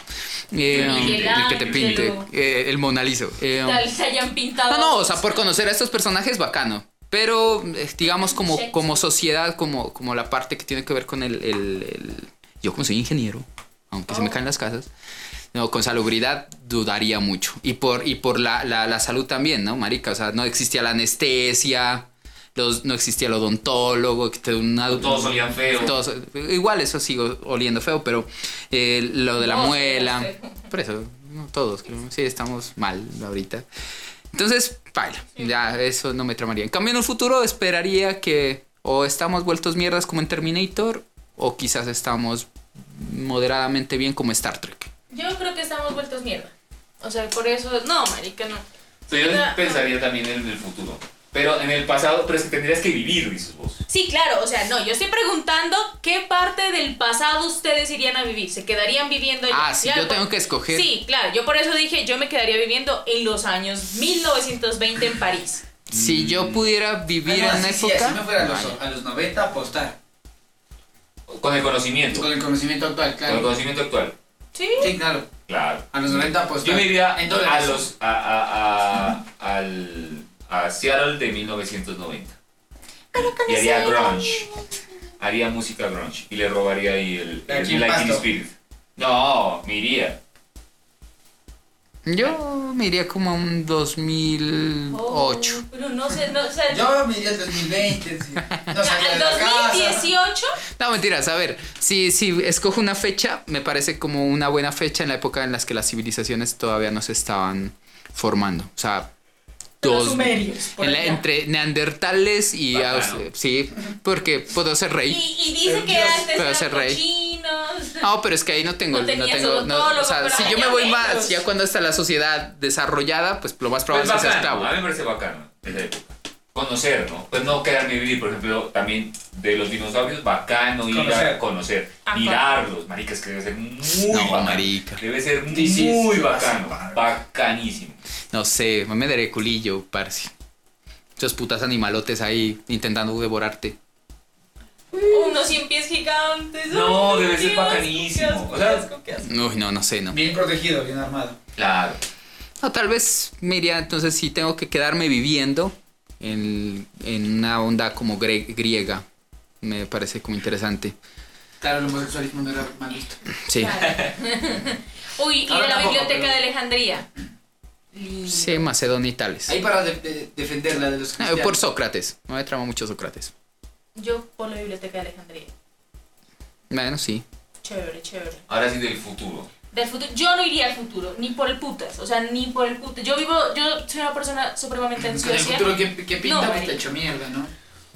Speaker 4: Eh,
Speaker 2: Miguel
Speaker 4: el que te
Speaker 2: Ángel.
Speaker 4: pinte. eh, el monalizo. Eh,
Speaker 2: Tal se hayan pintado.
Speaker 4: no, no, o sea, por conocer a estos personajes, bacano. Pero, eh, digamos, como,
Speaker 2: Shakespeare.
Speaker 4: como sociedad, como, como la parte que tiene que ver con el... el- el- yo como soy ingeniero, aunque se me caen las casas, no, con salubridad dudaría mucho. Y por, y por la, la- la salud también, ¿no, marica? O sea, no existía la anestesia, los, no existía el odontólogo, que te da una...
Speaker 3: Todos olían feo.
Speaker 4: Todos- igual eso sigo oliendo feo, pero eh, lo de la
Speaker 2: Todos
Speaker 4: muela...
Speaker 2: olían feo.
Speaker 4: Por eso, no todos, creo. sí, estamos mal ahorita. Entonces, paila, ya eso no me tramaría. En cambio, en un futuro esperaría que o estamos vueltos mierdas como en Terminator o quizás estamos moderadamente bien como Star Trek.
Speaker 2: Yo creo que estamos vueltos mierda. O sea, por eso. No, marica, no.
Speaker 3: O sea, yo pensaría también en el futuro. Pero en el pasado, pero es que tendrías que vivir, dices vos.
Speaker 2: Sí, claro, o sea, no, yo estoy preguntando qué parte del pasado ustedes irían a vivir, se quedarían viviendo allá.
Speaker 4: Ah, sí,
Speaker 2: Ya,
Speaker 4: yo
Speaker 2: pues,
Speaker 4: tengo que escoger.
Speaker 2: Sí, claro, yo por eso dije, yo me quedaría viviendo en los años 1920 en París.
Speaker 4: Si yo pudiera vivir
Speaker 5: Ah, no,
Speaker 4: en
Speaker 5: sí,
Speaker 4: una
Speaker 5: sí,
Speaker 4: época.
Speaker 5: Si me fuera a los,
Speaker 4: Vale.
Speaker 5: a los 90 a apostar.
Speaker 3: Con el conocimiento.
Speaker 5: Con el conocimiento actual,
Speaker 3: Con el
Speaker 5: claro.
Speaker 3: conocimiento actual.
Speaker 2: Sí.
Speaker 5: Sí, claro.
Speaker 3: Claro.
Speaker 5: A los 90 apostar.
Speaker 3: Yo me iría
Speaker 5: En
Speaker 3: a
Speaker 5: dólares.
Speaker 3: los. A, a, a, al, a Seattle de 1990. Y haría grunge. Haría música grunge. Y le robaría ahí el,
Speaker 5: ¿A
Speaker 3: el
Speaker 5: quién
Speaker 3: Lightning
Speaker 5: pasto?
Speaker 3: Spirit. No, me iría.
Speaker 4: Yo me iría como a un 2008.
Speaker 2: Oh, pero no sé, no sé.
Speaker 5: Yo me iría al 2020. sí. No salía de la casa.
Speaker 2: 2018.
Speaker 4: No, mentiras, a ver, si, si escojo una fecha, me parece como una buena fecha en la época en las que las civilizaciones todavía no se estaban formando. O sea, dos,
Speaker 2: por
Speaker 4: en la-
Speaker 2: allá.
Speaker 4: entre neandertales y...
Speaker 3: Bacano.
Speaker 4: aus- eh, sí, porque puedo ser
Speaker 2: Y,
Speaker 4: rey.
Speaker 2: y dice que
Speaker 5: Dios,
Speaker 2: antes
Speaker 4: pero ese
Speaker 2: eran
Speaker 4: rey.
Speaker 2: cochinos.
Speaker 5: Ah.
Speaker 4: No, pero es que ahí no tengo...
Speaker 2: No
Speaker 4: No
Speaker 2: tenías
Speaker 4: tengo no, o sea,
Speaker 2: odontólogo,
Speaker 4: si
Speaker 2: pero
Speaker 4: yo me
Speaker 2: había
Speaker 4: voy más,
Speaker 2: menos.
Speaker 4: ya cuando está la sociedad desarrollada, pues lo más
Speaker 3: Pues
Speaker 4: probable es que sea
Speaker 3: bacano,
Speaker 4: esclavo.
Speaker 3: A mí me parece bacano esa época. Conocer, ¿no? Pues no quedarme a vivir, por ejemplo, también de los dinosaurios, bacano ir
Speaker 5: Conocer.
Speaker 3: a conocer,
Speaker 2: Ajá.
Speaker 3: mirarlos, maricas, que debe ser muy
Speaker 4: No,
Speaker 3: bacano.
Speaker 4: marica.
Speaker 3: Debe ser
Speaker 5: Sí, sí,
Speaker 3: muy
Speaker 5: sí,
Speaker 3: bacano,
Speaker 5: sí.
Speaker 3: bacanísimo.
Speaker 4: No sé, me daré culillo, parce. Esos putas animalotes ahí intentando devorarte.
Speaker 2: Unos 100 pies gigantes.
Speaker 3: No,
Speaker 2: Ay,
Speaker 3: debe ser
Speaker 2: qué asco,
Speaker 3: bacanísimo.
Speaker 2: qué asco,
Speaker 3: O sea,
Speaker 2: qué asco, qué asco.
Speaker 4: Uy, no, no sé, no.
Speaker 5: Bien protegido, bien armado.
Speaker 3: Claro.
Speaker 4: No, tal vez me iría, entonces si tengo que quedarme viviendo en, en una onda como gre- griega. Me parece como interesante.
Speaker 5: Claro, el homosexualismo no era mal visto.
Speaker 4: Sí.
Speaker 2: Uy, y
Speaker 5: Ahora
Speaker 2: de la
Speaker 5: tampoco,
Speaker 2: biblioteca
Speaker 5: pero-
Speaker 2: de Alejandría. Lindo.
Speaker 4: Sí, Macedonia y tales.
Speaker 5: Ahí para de- de- defenderla de los
Speaker 4: Ah,
Speaker 5: cristianos.
Speaker 4: Por Sócrates. No me trama mucho Sócrates.
Speaker 2: Yo por la biblioteca de Alejandría.
Speaker 4: Bueno, sí.
Speaker 2: Chévere, chévere.
Speaker 3: Ahora sí del futuro.
Speaker 2: Del futuro. Yo no iría al futuro, ni por el putas. O sea, ni por el putas. Yo vivo, yo soy una persona supremamente
Speaker 5: En el
Speaker 2: ansiosa.
Speaker 5: futuro que, que pinta
Speaker 2: No,
Speaker 5: pues,
Speaker 2: marica.
Speaker 5: está hecho mierda, ¿no?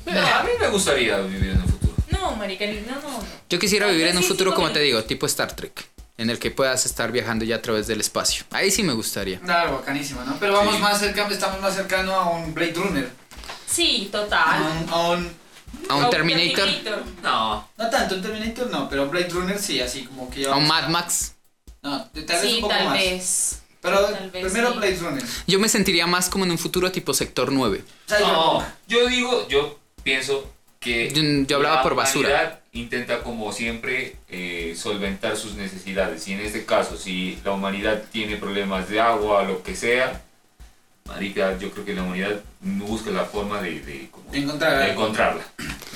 Speaker 3: Pero a mí me gustaría vivir en el futuro.
Speaker 2: No, marica, ni- no, no, no.
Speaker 4: Yo quisiera
Speaker 2: Ah,
Speaker 4: vivir en
Speaker 2: sí,
Speaker 4: un
Speaker 2: sí,
Speaker 4: futuro, como
Speaker 2: porque-
Speaker 4: te digo, tipo Star Trek, en el que puedas estar viajando ya a través del espacio. Ahí sí me gustaría.
Speaker 5: Nada, bacanísimo, ¿no? Pero vamos
Speaker 3: Sí.
Speaker 5: más cerca, estamos más cercano a un Blade Runner.
Speaker 2: Sí,
Speaker 5: A
Speaker 2: total.
Speaker 5: un, a un-
Speaker 4: A Ah, un Terminator,
Speaker 3: No.
Speaker 5: no tanto, un Terminator no, pero un Blade Runner sí, así como que...
Speaker 4: a un
Speaker 5: vamos
Speaker 4: Mad Max.
Speaker 5: No, tal vez un
Speaker 2: Sí,
Speaker 5: poco
Speaker 2: tal
Speaker 5: más.
Speaker 2: vez.
Speaker 5: Pero
Speaker 2: Tal vez
Speaker 5: primero
Speaker 2: sí.
Speaker 5: Blade Runner.
Speaker 4: Yo me sentiría más como en un futuro tipo Sector 9.
Speaker 5: Cyberpunk.
Speaker 4: Oh.
Speaker 3: No. Yo digo, yo pienso que.
Speaker 4: Yo, yo hablaba
Speaker 3: la
Speaker 4: por basura.
Speaker 3: humanidad Intenta como siempre eh, solventar sus necesidades. Y en este caso, si la humanidad tiene problemas de agua, lo que sea, marica, yo creo que la humanidad busca la forma de, de, como-
Speaker 5: De encontrar
Speaker 3: de
Speaker 5: algo.
Speaker 3: encontrarla.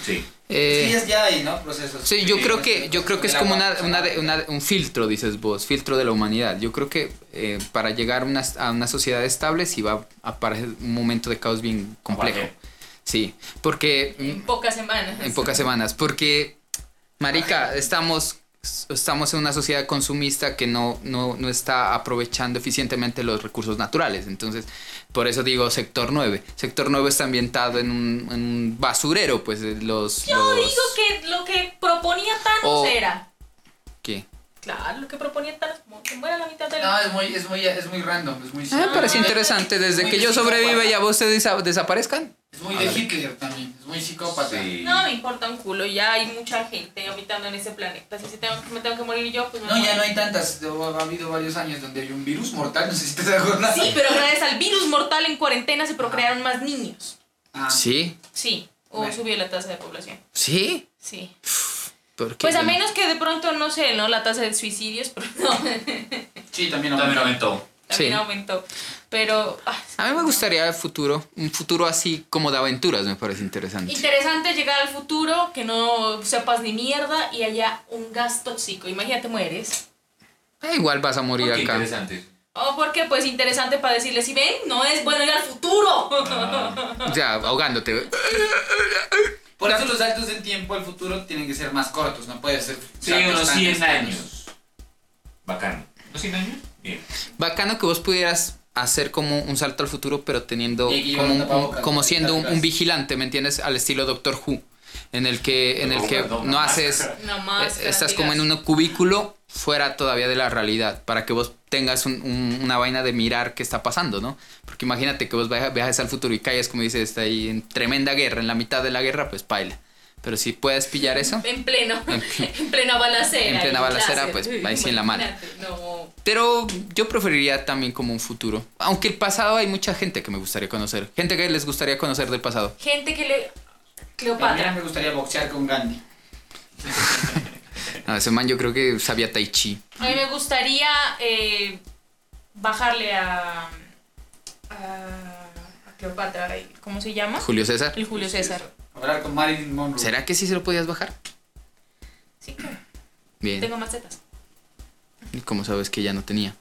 Speaker 3: Sí.
Speaker 5: Sí,
Speaker 4: Eh,
Speaker 5: es ya hay, ¿no? Procesos.
Speaker 4: sí, yo
Speaker 3: Sí,
Speaker 4: creo que yo creo que es como una,
Speaker 5: pues,
Speaker 4: una- una- un filtro, dices vos, filtro de la humanidad. Yo creo que eh, para llegar a una, a una sociedad estable sí va a aparecer un momento de caos bien complejo.
Speaker 3: Vale.
Speaker 4: Sí, porque mm,
Speaker 2: En pocas semanas.
Speaker 4: en pocas semanas. Porque, Marica, estamos, estamos en una sociedad consumista que no, no, no está aprovechando eficientemente los recursos naturales. Entonces, por eso digo sector 9. Sector 9 está ambientado en un, en un basurero, pues eh, los...
Speaker 2: Yo digo que lo que proponía Thanos
Speaker 4: O-
Speaker 2: era.
Speaker 4: ¿Qué?
Speaker 2: Claro, lo que proponía Thanos, como que muera la mitad de
Speaker 5: No,
Speaker 2: la.
Speaker 5: es muy, es muy, es muy random, es muy...
Speaker 4: Ah, me parece
Speaker 2: no,
Speaker 4: interesante. Desde
Speaker 5: muy
Speaker 4: que yo
Speaker 5: psicópata.
Speaker 4: sobreviva y a vos te desa- desaparezcan.
Speaker 5: Es muy de Hitler también, es muy psicópata.
Speaker 3: Sí.
Speaker 2: No me importa un culo, ya hay mucha gente habitando en ese planeta. Si se tengo- me tengo que morir yo, pues me
Speaker 5: No, ya
Speaker 2: muero.
Speaker 5: no hay tantas, ha habido varios años donde hay un virus mortal, no sé si te acuerdas.
Speaker 2: Sí, pero gracias al virus mortal en cuarentena se procrearon más niños.
Speaker 5: Ah,
Speaker 4: Sí,
Speaker 2: Sí, o
Speaker 5: Bueno.
Speaker 2: subió la tasa de población.
Speaker 4: sí.
Speaker 2: Sí.
Speaker 4: porque
Speaker 2: Pues a menos que de pronto, no sé, ¿no? La tasa de suicidios, pero no, también
Speaker 5: sí, también
Speaker 3: También
Speaker 5: aumenta.
Speaker 3: aumentó.
Speaker 4: Sí.
Speaker 2: aumentó. Pero ah,
Speaker 4: A mí me gustaría el futuro, un futuro así como de aventuras, me parece interesante.
Speaker 2: interesante llegar al futuro, que no sepas ni mierda y haya un gas tóxico. Imagínate, mueres.
Speaker 4: Eh, igual vas a morir
Speaker 3: Qué
Speaker 4: acá.
Speaker 3: interesante.
Speaker 2: O porque, pues, interesante para decirles, si ven, no es bueno ir al futuro.
Speaker 3: Ah,
Speaker 4: Ya, ahogándote.
Speaker 5: Por eso los saltos en tiempo al futuro tienen que ser más cortos, no puede ser.
Speaker 3: sí,
Speaker 5: saltos
Speaker 3: unos
Speaker 5: tan
Speaker 3: 100
Speaker 5: extraños.
Speaker 3: años. Bacano. ¿Unos 100 años? Bien.
Speaker 4: Bacano que vos pudieras hacer como un salto al futuro, pero teniendo
Speaker 5: Y aquí
Speaker 4: como,
Speaker 5: llevan
Speaker 4: un-
Speaker 5: tapabocas,
Speaker 4: como
Speaker 5: ¿no?
Speaker 4: siendo un,
Speaker 5: Atrás.
Speaker 4: un vigilante, ¿me entiendes? Al estilo Doctor Who, en el que en el que
Speaker 3: Tapabocas, no,
Speaker 4: no
Speaker 3: una
Speaker 4: haces
Speaker 3: máscara.
Speaker 2: Nada más.
Speaker 4: eh, estás como en un cubículo fuera todavía de la realidad, para que vos tengas un- un- una vaina de mirar qué está pasando, ¿no? Porque imagínate que vos viaja- viajes al futuro y calles, como dices, está ahí en tremenda guerra, en la mitad de la guerra, pues paila. Pero si puedes pillar eso.
Speaker 2: En pleno, en plena balacera.
Speaker 4: En plena
Speaker 2: y
Speaker 4: balacera,
Speaker 2: láser.
Speaker 4: pues, ahí sí en la mano.
Speaker 2: Imagínate, No.
Speaker 4: Pero yo preferiría también como un futuro. Aunque el pasado hay mucha gente que me gustaría conocer. Gente que les gustaría conocer del pasado.
Speaker 2: Gente que le.
Speaker 5: A mí me
Speaker 2: Cleopatra.
Speaker 5: gustaría boxear con Gandhi.
Speaker 4: A ese man yo creo que sabía tai chi.
Speaker 2: A mí me gustaría eh, bajarle a, a. a Cleopatra. ¿Cómo se llama?
Speaker 4: Julio César.
Speaker 2: El Julio César.
Speaker 5: Hablar con Marilyn Monroe.
Speaker 4: ¿Será que sí se lo podías bajar?
Speaker 2: Sí, claro.
Speaker 4: Bien.
Speaker 2: Tengo más tetas.
Speaker 4: ¿Y cómo sabes que ya no tenía?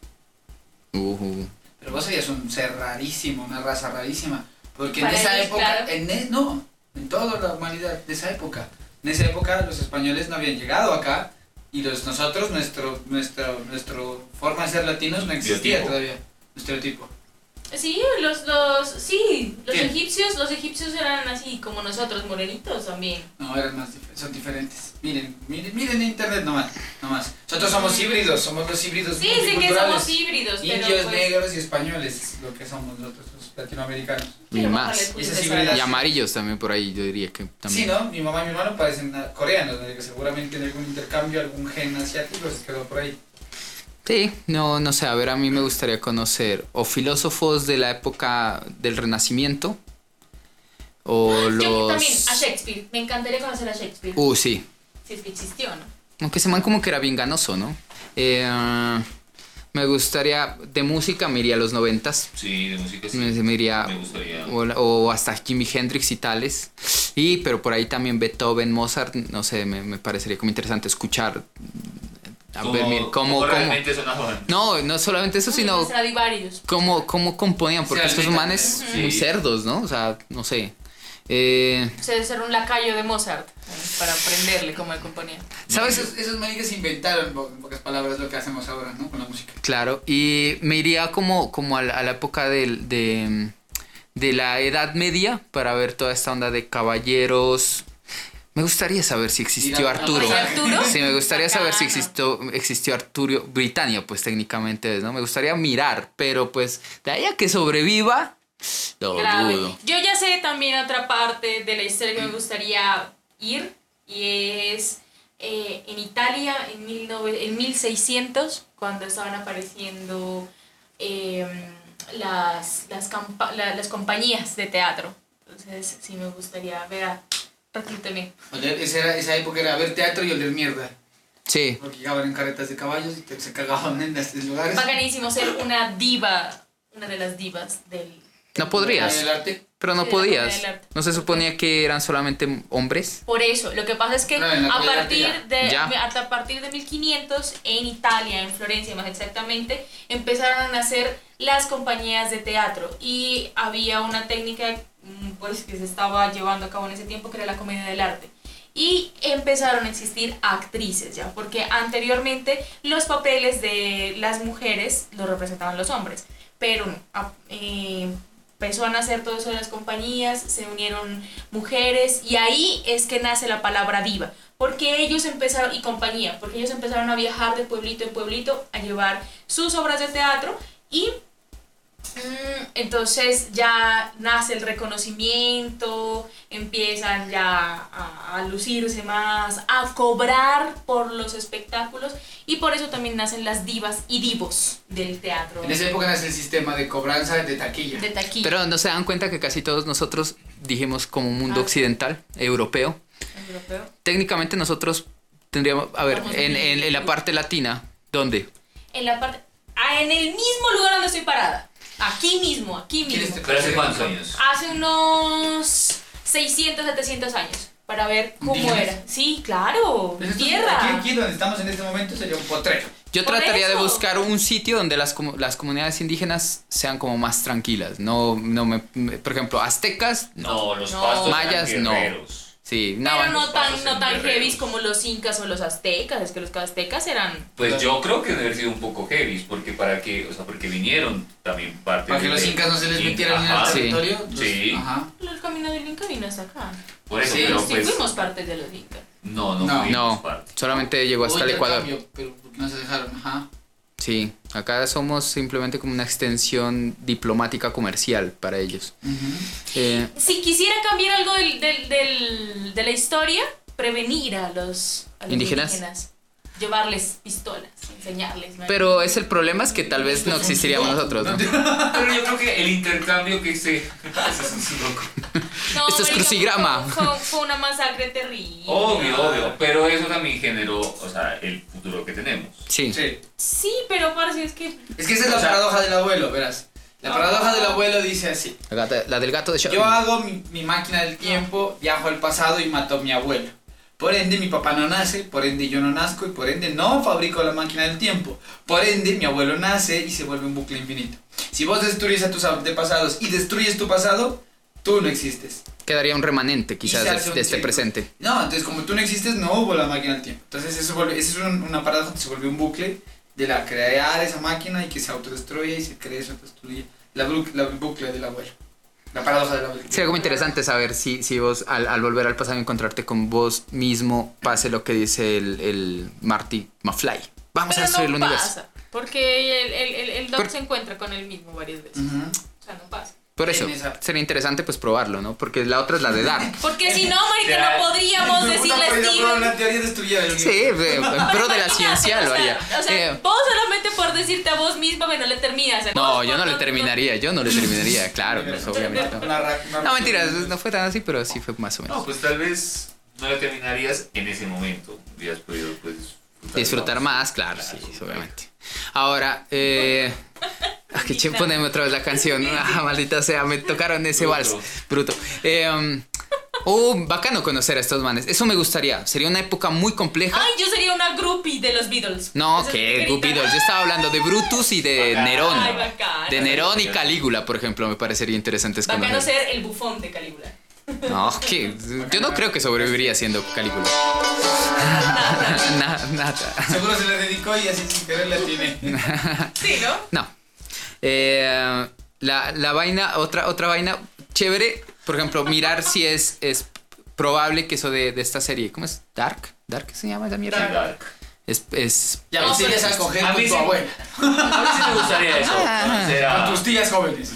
Speaker 4: Uh, Ujú.
Speaker 5: Pero vos serías un ser rarísimo, una raza rarísima. Porque en
Speaker 2: Para
Speaker 5: esa
Speaker 2: ellos,
Speaker 5: época,
Speaker 2: claro.
Speaker 5: en e- no, en toda la humanidad de esa época. En esa época los españoles no habían llegado acá y los nosotros, nuestro, nuestro, nuestro forma de ser latinos no existía
Speaker 3: Biotipo.
Speaker 5: todavía. Nuestro tipo.
Speaker 2: Sí, los, los, sí, los
Speaker 5: ¿Quién?
Speaker 2: egipcios, los egipcios eran así como nosotros, morenitos también.
Speaker 5: No, eran más dif- son diferentes. Miren, miren, miren en internet nomás, nomás. Nosotros somos híbridos, somos los híbridos
Speaker 2: Sí, sé que
Speaker 5: multiculturales.
Speaker 2: somos híbridos,
Speaker 5: Indios,
Speaker 2: pero pues,
Speaker 5: negros y españoles, lo que somos nosotros, los latinoamericanos.
Speaker 4: Y
Speaker 2: Pero
Speaker 4: más.
Speaker 2: bájale,
Speaker 5: Esa
Speaker 2: pues,
Speaker 5: sí,
Speaker 2: esa-
Speaker 5: ¿verdad?
Speaker 4: Y amarillos también por ahí, yo diría que también.
Speaker 5: Sí, ¿no? Mi mamá y mi hermano parecen ah, coreanos, ¿no? que seguramente en algún intercambio algún gen asiático se quedó por ahí.
Speaker 4: Sí, no, no sé, a ver, a mí me gustaría conocer o filósofos de la época del Renacimiento o
Speaker 2: Yo
Speaker 4: los...
Speaker 2: también, Ah, a Shakespeare. Me encantaría conocer a Shakespeare.
Speaker 4: Uh, sí,
Speaker 2: Si es que existió, ¿no?
Speaker 4: Aunque ese man como que era bien ganoso, ¿no? Eh, me gustaría, de música me iría a los noventas.
Speaker 3: Sí, de música sí.
Speaker 4: Me, me iría,
Speaker 3: Me gustaría.
Speaker 4: o, la- o hasta Jimi Hendrix y tales. Y, pero por ahí también Beethoven, Mozart, no sé, me, me parecería como interesante escuchar. eh, A
Speaker 3: Como-
Speaker 4: ver, mira, cómo,
Speaker 3: como
Speaker 4: cómo-
Speaker 3: realmente sonaban.
Speaker 4: No, no solamente eso, sino
Speaker 2: Pues, Stradivarius.
Speaker 4: cómo, cómo componían, porque
Speaker 5: Sí,
Speaker 4: estos
Speaker 5: ahorita,
Speaker 4: manes
Speaker 3: ¿no?
Speaker 4: muy
Speaker 3: Sí.
Speaker 4: cerdos, ¿no? O sea, no sé. Eh,
Speaker 2: O sea, ser un lacayo de Mozart. para aprenderle cómo él componía.
Speaker 5: ¿Sabes? Esos, esos maricas inventaron, en po- en pocas palabras, lo que hacemos ahora, ¿no? Con la música.
Speaker 4: Claro, y me iría como, como a, la, a la época del- de, de la Edad Media para ver toda esta onda de caballeros. Me gustaría saber si existió
Speaker 5: Mira,
Speaker 4: Arturo.
Speaker 2: ¿Y Arturo?
Speaker 4: Sí, me gustaría saber si
Speaker 2: Bacano.
Speaker 4: existió, existió Arturo. Britannia, pues técnicamente es, ¿no? Me gustaría mirar, pero pues de ahí a que sobreviva, lo
Speaker 2: Grave.
Speaker 4: dudo.
Speaker 2: Yo ya sé también otra parte de la historia que me gustaría ir y es eh, en Italia en, 19 en 1600 cuando estaban apareciendo eh, las, las, campa- la- las compañías de teatro. Entonces sí me gustaría ver a Raquel también.
Speaker 5: Oler- esa, era- esa época era ver teatro y oler mierda.
Speaker 4: Sí,
Speaker 5: Porque llegaban en carretas de caballos y te- se cagaban en estos lugares.
Speaker 2: Bacanísimo ser una diva, una de las divas del...
Speaker 4: no podrías,
Speaker 5: El arte.
Speaker 4: pero no
Speaker 2: Sí, la comedia
Speaker 4: podías.
Speaker 2: del arte.
Speaker 4: No se suponía que eran solamente hombres.
Speaker 2: Por eso, lo que pasa es que
Speaker 5: No, Ah, en la
Speaker 2: a,
Speaker 5: actualidad
Speaker 2: partir de,
Speaker 4: Ya.
Speaker 2: a partir de 1500 en Italia, en Florencia más exactamente, empezaron a nacer las compañías de teatro y había una técnica mm, pues, que se estaba llevando a cabo en ese tiempo que era la comedia del arte. Y empezaron a existir actrices ya, porque anteriormente los papeles de las mujeres los representaban los hombres, pero no, a- eh, empezó a nacer todo eso de las compañías, se unieron mujeres y ahí es que nace la palabra diva, porque ellos empezaron, y compañía, porque ellos empezaron a viajar de pueblito en pueblito a llevar sus obras de teatro y mm, entonces ya nace el reconocimiento, empiezan ya a, a lucirse más, a cobrar por los espectáculos y por eso también nacen las divas y divos del teatro
Speaker 5: En esa época nace el sistema de cobranza de taquilla.
Speaker 2: de taquilla.
Speaker 4: Pero no se dan cuenta que casi todos nosotros dijimos como mundo
Speaker 2: Ah.
Speaker 4: occidental, europeo.
Speaker 2: europeo.
Speaker 4: Técnicamente nosotros tendríamos, a ver,
Speaker 2: Vamos
Speaker 4: en, en- en la parte latina, ¿dónde?
Speaker 2: En la parte. Ah, en el mismo lugar donde estoy parada. Aquí mismo, aquí
Speaker 5: ¿Quién es
Speaker 2: mismo.
Speaker 5: este
Speaker 3: ¿Pero hace cuántos
Speaker 5: personaje?
Speaker 3: años?
Speaker 2: Hace unos 600, 700 años. Para ver cómo
Speaker 5: ¿Indígenas?
Speaker 2: era. Sí, claro.
Speaker 5: Pues esto es- Aquí,
Speaker 2: tierra.
Speaker 5: aquí donde estamos en este momento sería un potrero.
Speaker 4: Yo
Speaker 2: Por
Speaker 4: trataría de
Speaker 2: eso.
Speaker 4: buscar un sitio donde las, comu- las comunidades indígenas sean como más tranquilas. No, no me, me- por ejemplo, aztecas,
Speaker 3: No, los
Speaker 2: No.
Speaker 3: pastos eran
Speaker 4: Mayas, no.
Speaker 3: guerreros.
Speaker 4: sí,
Speaker 2: Pero
Speaker 4: naban.
Speaker 2: no
Speaker 3: los
Speaker 2: tan,
Speaker 3: pasos
Speaker 2: no
Speaker 3: en
Speaker 2: tan
Speaker 3: guerreros.
Speaker 2: heavy como los incas o los aztecas. Es que los aztecas eran.
Speaker 3: Pues yo creo que debe haber sido un poco heavy, porque para que, o sea, porque vinieron también parte
Speaker 5: Para que
Speaker 3: de-
Speaker 5: los incas no se les
Speaker 3: Sí,
Speaker 5: metieran en el
Speaker 4: sí.
Speaker 3: ajá.
Speaker 5: territorio. los-
Speaker 3: Sí.
Speaker 5: Ajá.
Speaker 2: El camino del Inca vino hasta acá.
Speaker 3: Por eso,
Speaker 5: Sí,
Speaker 3: pero
Speaker 2: sí,
Speaker 3: pues,
Speaker 2: fuimos parte de los Incas.
Speaker 3: no, no,
Speaker 5: No.
Speaker 3: fuimos
Speaker 4: No,
Speaker 3: parte.
Speaker 4: solamente llegó hasta
Speaker 5: Hubo
Speaker 4: el Ecuador.
Speaker 5: intercambio, Pero porque no se dejaron, ajá.
Speaker 4: Sí, acá somos simplemente como una extensión diplomática comercial para ellos. Eh,
Speaker 2: Si quisiera cambiar algo del, del- del- de la historia, prevenir a los, a los
Speaker 4: ¿Indígenas?
Speaker 2: Llevarles pistolas, enseñarles. ¿no?
Speaker 4: pero es el problema es que tal vez no existiríamos nosotros. ¿no?
Speaker 3: Pero yo creo que el intercambio que se... Eso es un loco.
Speaker 2: No,
Speaker 4: Esto es
Speaker 2: marica,
Speaker 4: crucigrama.
Speaker 2: Fue, fue- fue una masacre terrible.
Speaker 3: Obvio, obvio, pero eso también generó, o sea, el futuro que tenemos.
Speaker 4: Sí.
Speaker 5: Sí.
Speaker 2: Sí, pero parce, es que.
Speaker 5: Es que esa es
Speaker 3: O
Speaker 5: la
Speaker 3: sea-
Speaker 5: paradoja del abuelo, verás. La paradoja del abuelo dice así.
Speaker 4: La, gata- la del gato de Schrödinger.
Speaker 5: Yo
Speaker 2: ah.
Speaker 5: hago mi, mi máquina del tiempo, viajo al pasado y mato a mi abuelo. Por ende, mi papá no nace, por ende, yo no nazco y por ende, no fabrico la máquina del tiempo. Por ende, mi abuelo nace y se vuelve un bucle infinito. Si vos destruyes a tus antepasados y destruyes tu pasado, tú no existes.
Speaker 4: Quedaría un remanente
Speaker 5: Y
Speaker 4: quizás
Speaker 5: se hace
Speaker 4: de,
Speaker 5: un
Speaker 4: de este
Speaker 5: círculo.
Speaker 4: presente.
Speaker 5: No, entonces, como tú no existes, no hubo la máquina del tiempo. Entonces, eso vuelve- esa es un- una paradoja que se vuelve un bucle de la crear esa máquina y que se autodestruye y se cree, se autodestruye. La, bru- la bucle del abuelo. La paradoja del abuelo.
Speaker 4: Sería como interesante saber si, si vos al, al volver al pasado encontrarte con vos mismo pase lo que dice el, el Marty McFly. Vamos a
Speaker 2: Pero
Speaker 4: destruir
Speaker 2: no
Speaker 4: el universo.
Speaker 2: pasa. Porque el, el, el, el Doc
Speaker 4: Pero-
Speaker 2: se encuentra con él mismo varias veces.
Speaker 4: Mm.
Speaker 5: Ujú.
Speaker 2: O sea, no pasa.
Speaker 4: Por eso,
Speaker 5: En esa-
Speaker 4: sería interesante pues probarlo, ¿no? Porque la otra es la de Dark.
Speaker 2: Porque si no, Marica,
Speaker 3: Ya.
Speaker 2: no podríamos
Speaker 5: Una
Speaker 2: decirle a
Speaker 5: prueba-
Speaker 2: Steven.
Speaker 5: Una teoría destruida del
Speaker 4: Sí,
Speaker 5: universo.
Speaker 4: eh, en pro de la ciencia lo haría.
Speaker 2: O sea,
Speaker 4: Eh,
Speaker 2: vos solamente por decirte a vos misma que no le terminas.
Speaker 4: no,
Speaker 2: Vos
Speaker 4: yo
Speaker 2: por-
Speaker 4: no le terminaría, yo no le terminaría, claro, pues, obviamente.
Speaker 5: Una-
Speaker 4: No,
Speaker 5: una ra- una-
Speaker 4: No, mentiras, no fue tan así, pero sí fue más o
Speaker 3: No,
Speaker 4: menos.
Speaker 3: pues tal vez no la terminarías en ese momento. Hubieras podido, pues...
Speaker 4: Disfrutar más, claro, sí, obviamente. Ahora, eh... ah, qué ching, poneme otra vez la canción. Ah, maldita sea, me tocaron ese
Speaker 3: Bruto.
Speaker 4: vals. Bruto. Eh, um, oh, bacano conocer a estos manes. Eso me gustaría. Sería una época muy compleja.
Speaker 2: Ay, yo sería una groupie de los Beatles.
Speaker 4: No,
Speaker 2: Esa
Speaker 4: que
Speaker 2: señorita-
Speaker 4: Beatles. Yo estaba hablando de Brutus y de
Speaker 3: Bacano.
Speaker 4: Nerón.
Speaker 2: Ay, bacano.
Speaker 4: De Nerón y Calígula, por ejemplo, me parecería interesante
Speaker 2: Bacano
Speaker 4: conocer.
Speaker 2: ser el bufón de Calígula.
Speaker 4: No, que yo no creo que sobreviviría haciendo Calígula. Na- Nada.
Speaker 5: Seguro se la dedicó y así sin querer la tiene.
Speaker 2: Sí, ¿no?
Speaker 4: No. Eh, la, la vaina, otra, otra vaina chévere, por ejemplo, mirar si es, es probable que eso de, de esta serie, ¿cómo es? Dark, Dark se llama esa mierda.
Speaker 3: Dark.
Speaker 4: Es, es
Speaker 5: Ya
Speaker 2: No,
Speaker 5: me sigues
Speaker 2: pero-
Speaker 5: a coger
Speaker 3: a
Speaker 5: con
Speaker 3: mí
Speaker 5: tu
Speaker 3: sí.
Speaker 5: abuela.
Speaker 3: A mí sí me gustaría eso. Conocer
Speaker 5: Con
Speaker 3: a,
Speaker 5: tus tías jóvenes.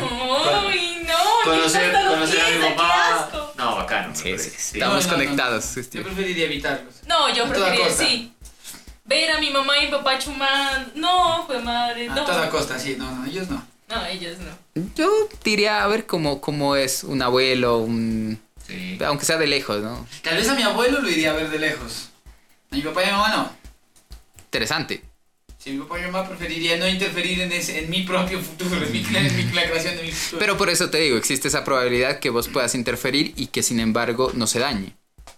Speaker 2: Uy, no.
Speaker 3: conocer,
Speaker 2: Nicolás,
Speaker 3: conocer a mi
Speaker 2: piensa, qué
Speaker 3: papá.
Speaker 2: asco.
Speaker 3: No, bacano. me
Speaker 4: Sí,
Speaker 3: parece,
Speaker 4: sí,
Speaker 3: sí.
Speaker 5: No,
Speaker 4: Estamos
Speaker 5: no, no.
Speaker 4: conectados.
Speaker 5: Yo
Speaker 4: Steve.
Speaker 5: preferiría evitarlos.
Speaker 2: No, yo
Speaker 5: A toda
Speaker 2: preferiría,
Speaker 5: costa.
Speaker 2: sí. Ver a mi mamá y mi papá chumando. No, fue madre,
Speaker 5: A
Speaker 2: no.
Speaker 5: toda costa, sí. No, no, ellos no.
Speaker 2: No, ellos no.
Speaker 4: Yo diría a ver cómo, cómo es un abuelo, un,
Speaker 3: Sí.
Speaker 4: aunque sea de lejos, ¿no?
Speaker 5: Tal vez a mi abuelo lo iría a ver de lejos. A mi papá y a mi mamá no.
Speaker 4: Interesante.
Speaker 5: Si mi papá y mi mamá preferiría no interferir en, ese, en mi propio futuro, en, mi, en mi- la creación de mi futuro.
Speaker 4: Pero por eso te digo, existe esa probabilidad que vos puedas interferir y que sin embargo no se dañe.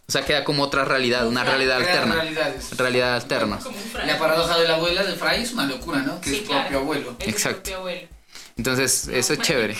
Speaker 4: O sea, queda como otra realidad, una realidad
Speaker 5: Crear
Speaker 4: alterna.
Speaker 5: realidades.
Speaker 4: Realidad alterna.
Speaker 2: Como un
Speaker 5: La
Speaker 2: fraile.
Speaker 5: paradoja de la abuela de Fry es una locura, ¿no? Que
Speaker 2: Sí,
Speaker 5: es su
Speaker 2: claro.
Speaker 5: propio abuelo.
Speaker 2: Es mi
Speaker 4: Exacto. Ah.
Speaker 2: propio abuelo.
Speaker 4: Entonces, eso es chévere.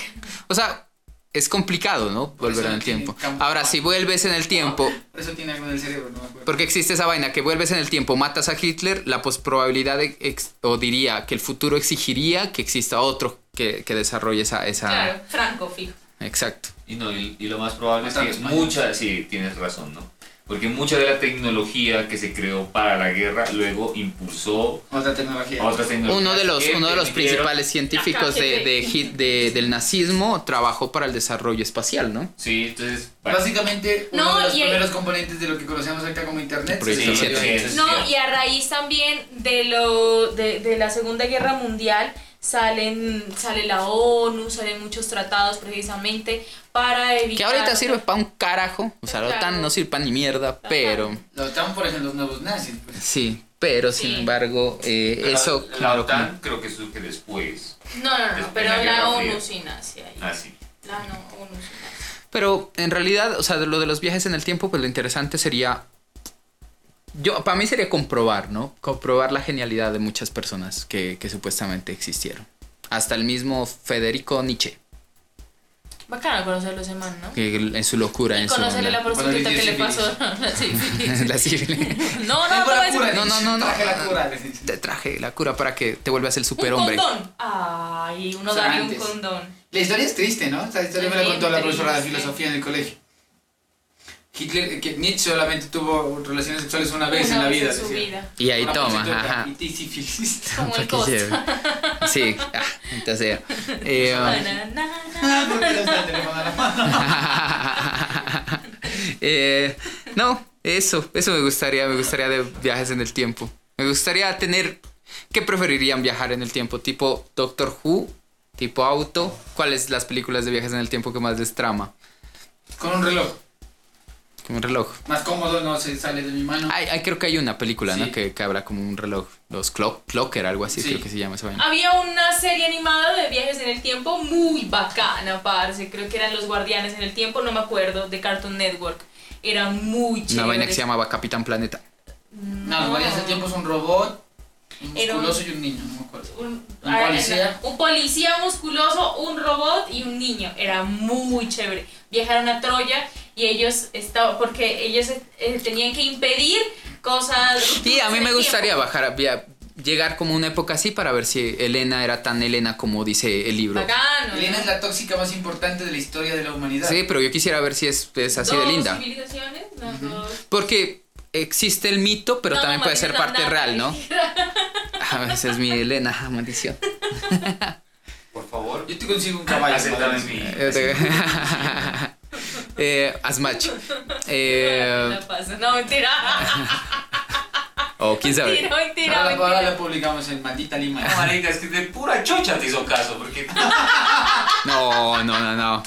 Speaker 4: O sea, es complicado, ¿no? Volver
Speaker 5: eso
Speaker 4: en el
Speaker 5: no tiene
Speaker 4: tiempo.
Speaker 5: campo.
Speaker 4: Ahora, si vuelves en el tiempo,
Speaker 5: Por eso tiene algo en el cerebro, no me acuerdo.
Speaker 4: porque existe esa vaina que vuelves en el tiempo, matas a Hitler, la posprobabilidad de ex- o diría que el futuro exigiría que exista otro que, que desarrolle esa, esa...
Speaker 2: Claro, Franco, fijo.
Speaker 4: Exacto.
Speaker 3: Y, no, y, y lo más probable es
Speaker 5: Matar
Speaker 3: que
Speaker 5: los mayas.
Speaker 3: mucha, sí, tienes razón, ¿no? Porque mucha de la tecnología que se creó para la guerra luego impulsó
Speaker 5: Otra tecnología.
Speaker 3: a otras tecnologías.
Speaker 4: Uno de los,
Speaker 3: que
Speaker 4: uno de los
Speaker 3: permitieron-
Speaker 4: principales científicos de, de Hit- de- del nazismo trabajó para el desarrollo espacial, ¿no?
Speaker 3: Sí, entonces. bueno,
Speaker 5: Básicamente, uno
Speaker 2: No,
Speaker 5: de los
Speaker 2: y-
Speaker 5: primeros componentes de lo que conocemos acá como Internet.
Speaker 4: Sí,
Speaker 5: se desarrolló
Speaker 4: sí,
Speaker 5: ahí.
Speaker 3: sí.
Speaker 2: No, y a raíz también de lo de, de la Segunda Guerra Mundial salen sale la ONU, salen muchos tratados precisamente para evitar
Speaker 4: Que ahorita sirve para un carajo. O sea, la OTAN no sirve para ni mierda, pero...
Speaker 5: La OTAN, por ejemplo, los nuevos nazis. pues.
Speaker 4: Sí, pero sin
Speaker 2: Sí.
Speaker 4: embargo, eh,
Speaker 3: la-
Speaker 4: eso...
Speaker 3: La,
Speaker 4: claro,
Speaker 3: OTAN creo que surge después.
Speaker 2: No, no, no,
Speaker 3: Después
Speaker 2: pero
Speaker 3: de la
Speaker 2: la
Speaker 3: Guerra
Speaker 2: ONU
Speaker 3: Fría.
Speaker 2: sí nace ahí.
Speaker 3: Ah, sí.
Speaker 2: La no, ONU sí nace.
Speaker 4: Pero en realidad, o sea, de lo de los viajes en el tiempo, pues lo interesante sería. Yo, para mí sería comprobar, ¿no? Comprobar la genialidad de muchas personas que, que supuestamente existieron. Hasta el mismo Federico Nietzsche,
Speaker 2: Bacano conocerlo ese man, ¿no?
Speaker 4: que en su locura,
Speaker 2: Y
Speaker 4: en su.
Speaker 2: conocerle la prostituta que le pasó. Sí, sí.
Speaker 4: la sífilis.
Speaker 2: No, no, pues,
Speaker 5: Tengo
Speaker 2: ¿cómo
Speaker 5: la
Speaker 2: es?
Speaker 5: cura,
Speaker 4: No, no,
Speaker 5: dice.
Speaker 4: no, no.
Speaker 5: Traje la cura, les dice.
Speaker 4: Te traje la cura para que te vuelvas el
Speaker 2: Un
Speaker 4: superhombre.
Speaker 2: condón. Ay, uno
Speaker 5: O sea,
Speaker 2: darle un
Speaker 5: antes.
Speaker 2: condón.
Speaker 5: La historia es triste, ¿no? Esta historia me la
Speaker 2: Bien
Speaker 5: contó la profesora de
Speaker 2: triste.
Speaker 5: filosofía en el colegio. Hitler, eh, que Nietzsche solamente tuvo relaciones sexuales una vez en la vida.
Speaker 2: en su
Speaker 5: decía.
Speaker 2: vida.
Speaker 4: Y ahí
Speaker 5: Una
Speaker 4: toma,
Speaker 5: prostituta
Speaker 4: ajá.
Speaker 5: Y sífilis.
Speaker 2: Como
Speaker 4: Para
Speaker 2: el
Speaker 4: que
Speaker 2: costo.
Speaker 4: lleve. Sí, ah, entonces. eh,
Speaker 2: Na, na, na, na.
Speaker 5: Ah, ¿por qué no está el teléfono a la mano?
Speaker 4: Eh, no, eso, eso me gustaría, me gustaría de viajes en el tiempo. Me gustaría tener, ¿qué preferirían viajar en el tiempo? Tipo Doctor Who, tipo Auto. ¿Cuáles las películas de viajes en el tiempo que más les trama?
Speaker 5: Con un reloj.
Speaker 4: Como un reloj.
Speaker 5: Más cómodo, no se sale de mi mano.
Speaker 4: Ay, ay, creo que hay una película, ¿no?
Speaker 5: Sí.
Speaker 4: Que, que habla como un reloj, los clock, clocker, algo así,
Speaker 5: Sí.
Speaker 4: creo que se llama esa vaina.
Speaker 2: Había una serie animada de viajes en el tiempo muy bacana, parce. Creo que eran Los Guardianes en el Tiempo, no me acuerdo, de Cartoon Network. Era muy chévere.
Speaker 4: Una vaina que se llamaba Capitán Planeta.
Speaker 5: No, los guardias del tiempo es un robot, un
Speaker 2: Era un-
Speaker 5: musculoso y un niño, no me acuerdo.
Speaker 2: Un,
Speaker 5: ¿Un
Speaker 2: ah,
Speaker 5: policía?
Speaker 2: no, un policía musculoso, un robot y un niño. Era muy chévere. Viajaron a Troya y ellos estaban. Porque ellos eh, tenían que impedir cosas.
Speaker 4: Y a mí
Speaker 2: en
Speaker 4: me
Speaker 2: el
Speaker 4: gustaría
Speaker 2: tiempo.
Speaker 4: bajar, a- via- llegar como a una época así para ver si Elena era tan Elena como dice el libro.
Speaker 2: Bacano.
Speaker 5: Elena es la tóxica más importante de la historia de la humanidad.
Speaker 4: Sí, pero yo quisiera ver si es, es así de
Speaker 2: Dos
Speaker 4: linda.
Speaker 2: civilizaciones, no, dos.
Speaker 4: Porque existe el mito, pero
Speaker 2: No,
Speaker 4: también
Speaker 2: no,
Speaker 4: puede ser
Speaker 2: maldición,
Speaker 4: parte
Speaker 2: no,
Speaker 4: real, ¿no?
Speaker 2: maldición.
Speaker 4: A veces mi Elena, ah, maldición.
Speaker 3: Por favor.
Speaker 5: Yo te consigo un caballo.
Speaker 3: Acéptame
Speaker 5: madre.
Speaker 3: mi.
Speaker 4: Eh, te- eh, as much. Eh,
Speaker 2: La paso. No, mentira.
Speaker 4: o quién sabe.
Speaker 2: Mentira, mentira,
Speaker 5: Ahora, ahora la
Speaker 2: mentira.
Speaker 5: publicamos en Maldita Lima.
Speaker 3: No, marica, es que de pura chocha te hizo caso. Porque.
Speaker 4: No, no, no, no.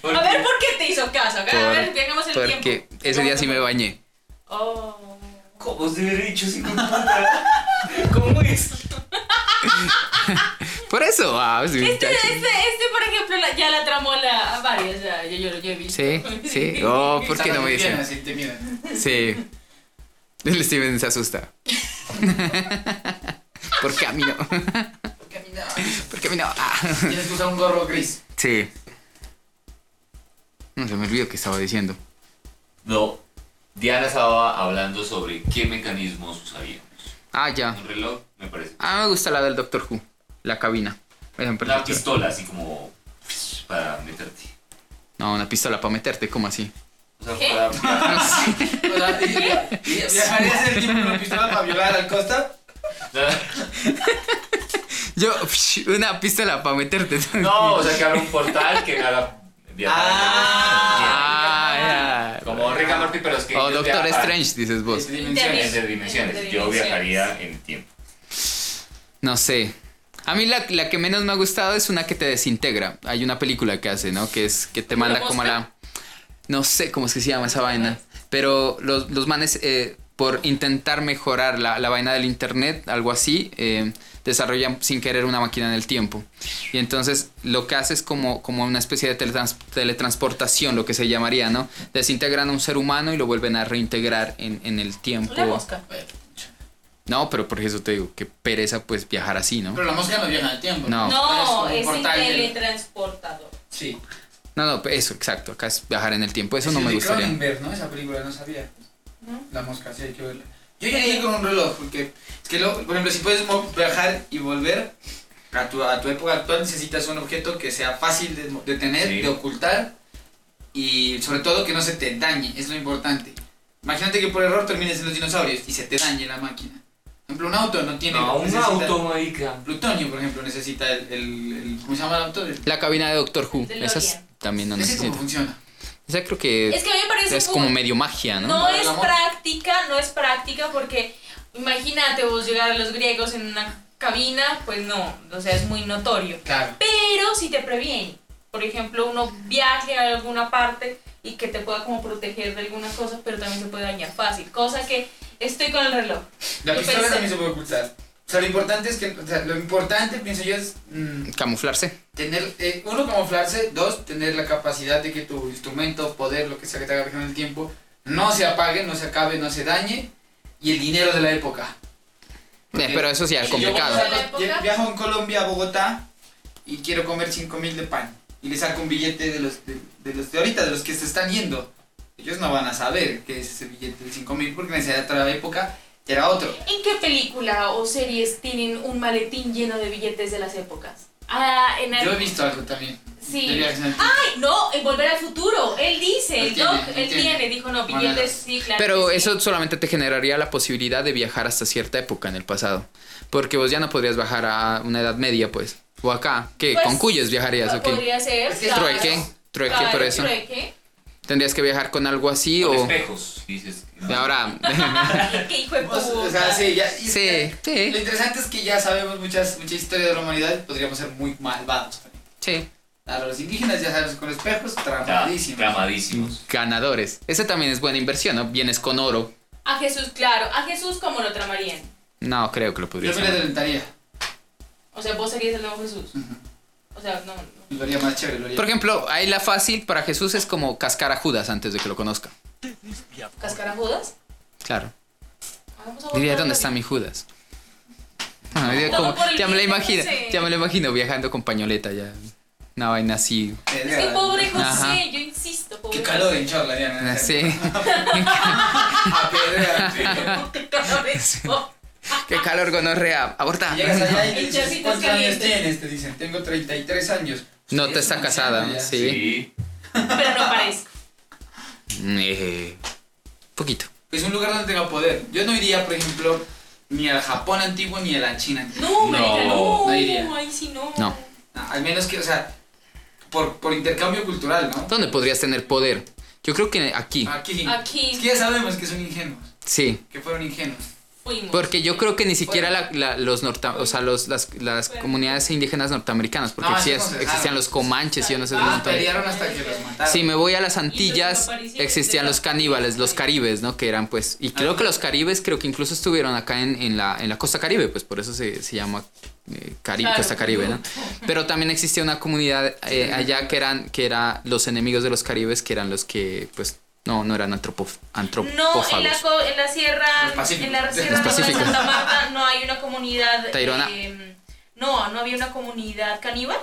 Speaker 3: porque-
Speaker 2: A ver, ¿por qué te hizo caso? A ver,
Speaker 4: Por-
Speaker 2: viajemos el
Speaker 4: porque
Speaker 2: tiempo.
Speaker 4: ese día sí me bañé.
Speaker 2: Oh.
Speaker 3: ¿Cómo os debe dicho sin puta? ¿Cómo es?
Speaker 4: Por eso, ah, sí,
Speaker 2: Este,
Speaker 4: ya-
Speaker 2: este, este, por ejemplo, la- ya la tramó la, a varios. ya, yo, yo, yo he visto.
Speaker 4: Sí, sí. Oh, ¿por qué no me dicen?
Speaker 5: Así te miran.
Speaker 4: Sí. El Steven se asusta. Porque a mí no.
Speaker 5: Camina.
Speaker 4: Porque a mí no. Ah.
Speaker 5: Tienes que usar un gorro gris.
Speaker 4: Sí. No, se me olvidó que estaba diciendo.
Speaker 3: No, Diana estaba hablando sobre qué mecanismos usaríamos.
Speaker 4: Ah, ya.
Speaker 3: Un reloj, me parece.
Speaker 4: Ah, me gusta la del Doctor Who. La cabina. Esa me parece
Speaker 3: Una
Speaker 4: chévere.
Speaker 3: pistola, así como para meterte.
Speaker 4: No, una pistola para meterte, ¿cómo así?
Speaker 3: O sea,
Speaker 2: ¿Qué?
Speaker 3: para
Speaker 4: No sé.
Speaker 5: O sea, y- y- y- ¿Viajarías el tiempo con una pistola para violar al Costa?
Speaker 4: Yo, psh, una pistola para meterte.
Speaker 3: No, o sea, que abra un portal que haga viajar.
Speaker 4: Ah, ya.
Speaker 3: Como Rick and Morty, pero es que.
Speaker 4: O
Speaker 3: ellos
Speaker 4: Doctor
Speaker 3: viajan
Speaker 4: Strange, dices vos.
Speaker 5: Dimensiones.
Speaker 3: Entre dimensiones.
Speaker 2: Entre
Speaker 3: Yo
Speaker 2: dimensiones.
Speaker 3: viajaría en el tiempo.
Speaker 4: No sé. A mí la, la que menos me ha gustado es una que te desintegra. Hay una película que hace, ¿no? Que es que te manda como a la... No sé cómo es que se llama esa vaina. Pero los, los manes, eh, por intentar mejorar la, la vaina del internet, algo así, eh, desarrollan sin querer una máquina en el tiempo. Y entonces lo que hace es como, como una especie de teletrans- teletransportación, lo que se llamaría, ¿no? Desintegran a un ser humano y lo vuelven a reintegrar en, en el tiempo.
Speaker 2: Una mosca.
Speaker 4: No, pero por eso te digo, que pereza pues viajar así, ¿no?
Speaker 5: Pero la mosca no viaja en el tiempo.
Speaker 4: No.
Speaker 2: No,
Speaker 5: Es
Speaker 2: es
Speaker 5: un
Speaker 2: el
Speaker 5: portal del-
Speaker 2: teletransportador.
Speaker 5: Sí.
Speaker 4: No, no, eso, exacto. Acá es viajar en el tiempo. Eso
Speaker 5: Es
Speaker 4: no
Speaker 5: el
Speaker 4: me
Speaker 5: de
Speaker 4: gustaría.
Speaker 5: Cronenberg, ¿no? Esa película, no sabía.
Speaker 2: ¿No?
Speaker 5: La mosca, sí, hay que verla. Yo ya dije con un reloj, porque es que, lo, por ejemplo, si puedes mo- viajar y volver a tu, a tu época actual, necesitas un objeto que sea fácil de, mo- de tener,
Speaker 3: Sí.
Speaker 5: de ocultar y sobre todo que no se te dañe, es lo importante. Imagínate que por error termines en los dinosaurios y se te dañe la máquina. Por ejemplo, un auto no tiene.
Speaker 3: No, un
Speaker 5: necesita-
Speaker 3: auto, marica.
Speaker 5: Plutonio, por ejemplo, necesita el, el, el- ¿Cómo se llama el auto? El-
Speaker 4: La cabina de Doctor Who.
Speaker 2: DeLorean.
Speaker 4: Esas también no
Speaker 5: Ese cómo
Speaker 4: necesito.
Speaker 5: funciona.
Speaker 4: Esa creo que
Speaker 2: Es
Speaker 4: es,
Speaker 2: que a mí me parece muy-
Speaker 4: como medio magia, ¿no?
Speaker 2: No, es
Speaker 5: Digamos.
Speaker 2: práctica, no es práctica porque imagínate vos llegar a los griegos en una cabina, pues no, o sea, es muy notorio.
Speaker 5: Claro.
Speaker 2: Pero si te previene, por ejemplo, uno viaje a alguna parte y que te pueda como proteger de alguna cosa, pero también se puede dañar fácil, cosa que estoy con el reloj.
Speaker 5: La
Speaker 2: Yo
Speaker 5: pistola
Speaker 2: pensé-
Speaker 5: también se puede ocultar. O sea, lo importante es que, o sea, lo importante, pienso yo, es mm,
Speaker 4: Camuflarse.
Speaker 5: tener, eh, uno, camuflarse, dos, tener la capacidad de que tu instrumento, poder, lo que sea que te haga viajar en el tiempo, no se apague, no se acabe, no se dañe, y el dinero de la época.
Speaker 4: Eh, pero eso sí, es
Speaker 5: es
Speaker 4: complicado.
Speaker 2: ¿De la época?
Speaker 5: viajo en Colombia a Bogotá y quiero comer 5 mil de pan, y le saco un billete de los de, de los de ahorita, de los que se están yendo. Ellos no van a saber que es ese billete de 5 mil, porque en esa otra época era otro.
Speaker 2: ¿En qué película o series tienen un maletín lleno de billetes de las épocas? Ah, en el-
Speaker 5: Yo he visto algo también.
Speaker 2: Sí. Ah,
Speaker 5: de viajes en el tiempo.
Speaker 2: Ay, no, en Volver al Futuro. Él dice,
Speaker 5: Él
Speaker 2: el
Speaker 5: tiene,
Speaker 2: doc,
Speaker 5: él
Speaker 2: él
Speaker 5: tiene.
Speaker 2: tiene, dijo no,
Speaker 5: Maneras.
Speaker 2: billetes, sí, claro.
Speaker 4: Pero
Speaker 2: que sí.
Speaker 4: eso solamente te generaría la posibilidad de viajar hasta cierta época en el pasado. Porque vos ya no podrías viajar a una edad media, pues. O acá, ¿qué?
Speaker 2: Pues,
Speaker 4: ¿Con cuyes viajarías o qué?
Speaker 2: Podría ser.
Speaker 5: Es que es
Speaker 2: claro,
Speaker 4: Trueque, trueque
Speaker 2: claro,
Speaker 4: por eso.
Speaker 2: trueque.
Speaker 4: Tendrías que viajar con algo así
Speaker 3: Con
Speaker 4: o...
Speaker 3: espejos, dices.
Speaker 4: Ahora...
Speaker 2: Qué hijo de
Speaker 5: Pues,
Speaker 2: puta.
Speaker 5: o sea, sí, ya, y-
Speaker 4: sí,
Speaker 5: Lo
Speaker 4: sí,
Speaker 5: interesante es que ya sabemos muchas, mucha historia de la humanidad y podríamos ser muy malvados también.
Speaker 4: sí.
Speaker 5: Claro, los indígenas ya sabemos con espejos,
Speaker 3: Ya,
Speaker 5: tramadísimos.
Speaker 3: Tramadísimos.
Speaker 4: Ganadores. Esa también es buena inversión, ¿no? Vienes con oro.
Speaker 2: A Jesús, claro. A Jesús, ¿cómo lo tramarían?
Speaker 4: No, creo que lo podrías
Speaker 5: Yo me la
Speaker 4: hacer.
Speaker 5: adelantaría.
Speaker 2: O sea, vos serías el nuevo Jesús. O sea, no. no.
Speaker 5: Lo haría más chévere, lo haría.
Speaker 4: Por ejemplo, ahí la fácil para Jesús es como cascar a Judas antes de que lo conozca.
Speaker 2: ¿Cascar a Judas?
Speaker 4: Claro.
Speaker 2: Hagamos algo
Speaker 4: Diría,
Speaker 2: por
Speaker 4: ¿dónde
Speaker 2: el-
Speaker 4: está mi Judas? Ah, diría
Speaker 2: Todo
Speaker 4: como-
Speaker 2: por el
Speaker 4: ya me la
Speaker 2: bien que
Speaker 4: imagino,
Speaker 2: hice.
Speaker 4: ya me la imagino viajando con pañoleta ya. Una vaina así.
Speaker 2: Es que pobre José,
Speaker 4: Ajá.
Speaker 2: yo insisto, pobre.
Speaker 5: Qué calor en charla, Diana.
Speaker 4: Así.
Speaker 5: A pedrear.
Speaker 2: Qué calor es.
Speaker 4: Qué calor gonorrea. Aborta.
Speaker 5: Y Llegas allá y
Speaker 2: En
Speaker 5: te dices,
Speaker 2: charcitos
Speaker 5: ¿cuántos años
Speaker 2: calientes".
Speaker 5: tienes? Te dicen, tengo 33 años.
Speaker 4: No
Speaker 5: Ustedes
Speaker 4: te está
Speaker 5: son
Speaker 4: casada,
Speaker 5: ancianos ya.
Speaker 4: sí.
Speaker 3: Sí.
Speaker 2: Pero no parezco.
Speaker 4: Eh, poquito.
Speaker 5: Es un lugar donde tenga poder. Yo no iría, por ejemplo, ni al Japón antiguo ni a la China antigua.
Speaker 2: No, marica, no.
Speaker 5: no iría.
Speaker 2: Ay, sí, no.
Speaker 4: No.
Speaker 5: No, al menos que, o sea, por, por intercambio cultural, ¿no?
Speaker 4: ¿Dónde podrías tener poder? Yo creo que aquí.
Speaker 5: Aquí.
Speaker 2: Aquí.
Speaker 5: Es que ya sabemos que son ingenuos.
Speaker 4: Sí.
Speaker 5: Que fueron ingenuos.
Speaker 2: Fuimos.
Speaker 4: Porque yo creo que ni siquiera la- la- los norta- o sea, los, las, las comunidades indígenas norteamericanas, porque
Speaker 5: No, eso
Speaker 4: existías-
Speaker 5: no Ah, se dejaron.
Speaker 4: existían los comanches y yo no sé de un
Speaker 5: Ah,
Speaker 4: montón.
Speaker 5: pelearon hasta que los mataron.
Speaker 4: Si me voy a las
Speaker 2: Y los
Speaker 4: Antillas,
Speaker 2: desaparecidos
Speaker 4: existían
Speaker 2: de
Speaker 4: los
Speaker 2: la-
Speaker 4: caníbales, los caribes, ¿no? Que eran pues... Y creo que los caribes creo que incluso estuvieron acá en, en la, en la costa caribe, pues por eso se, se llama eh, Caribe,
Speaker 2: Claro.
Speaker 4: costa caribe, ¿no? Pero también existía una comunidad eh, allá que eran que era los enemigos de los caribes, que eran los que pues no, no eran antropof-
Speaker 2: No, en la,
Speaker 4: antropófagos.
Speaker 2: co- en la sierra,
Speaker 5: Los pacíficos.
Speaker 2: en la
Speaker 5: Los
Speaker 2: sierra Norte de
Speaker 4: pacíficos.
Speaker 2: Santa Marta no hay una comunidad.
Speaker 4: Tayrona.
Speaker 2: eh, no, no había una comunidad caníbal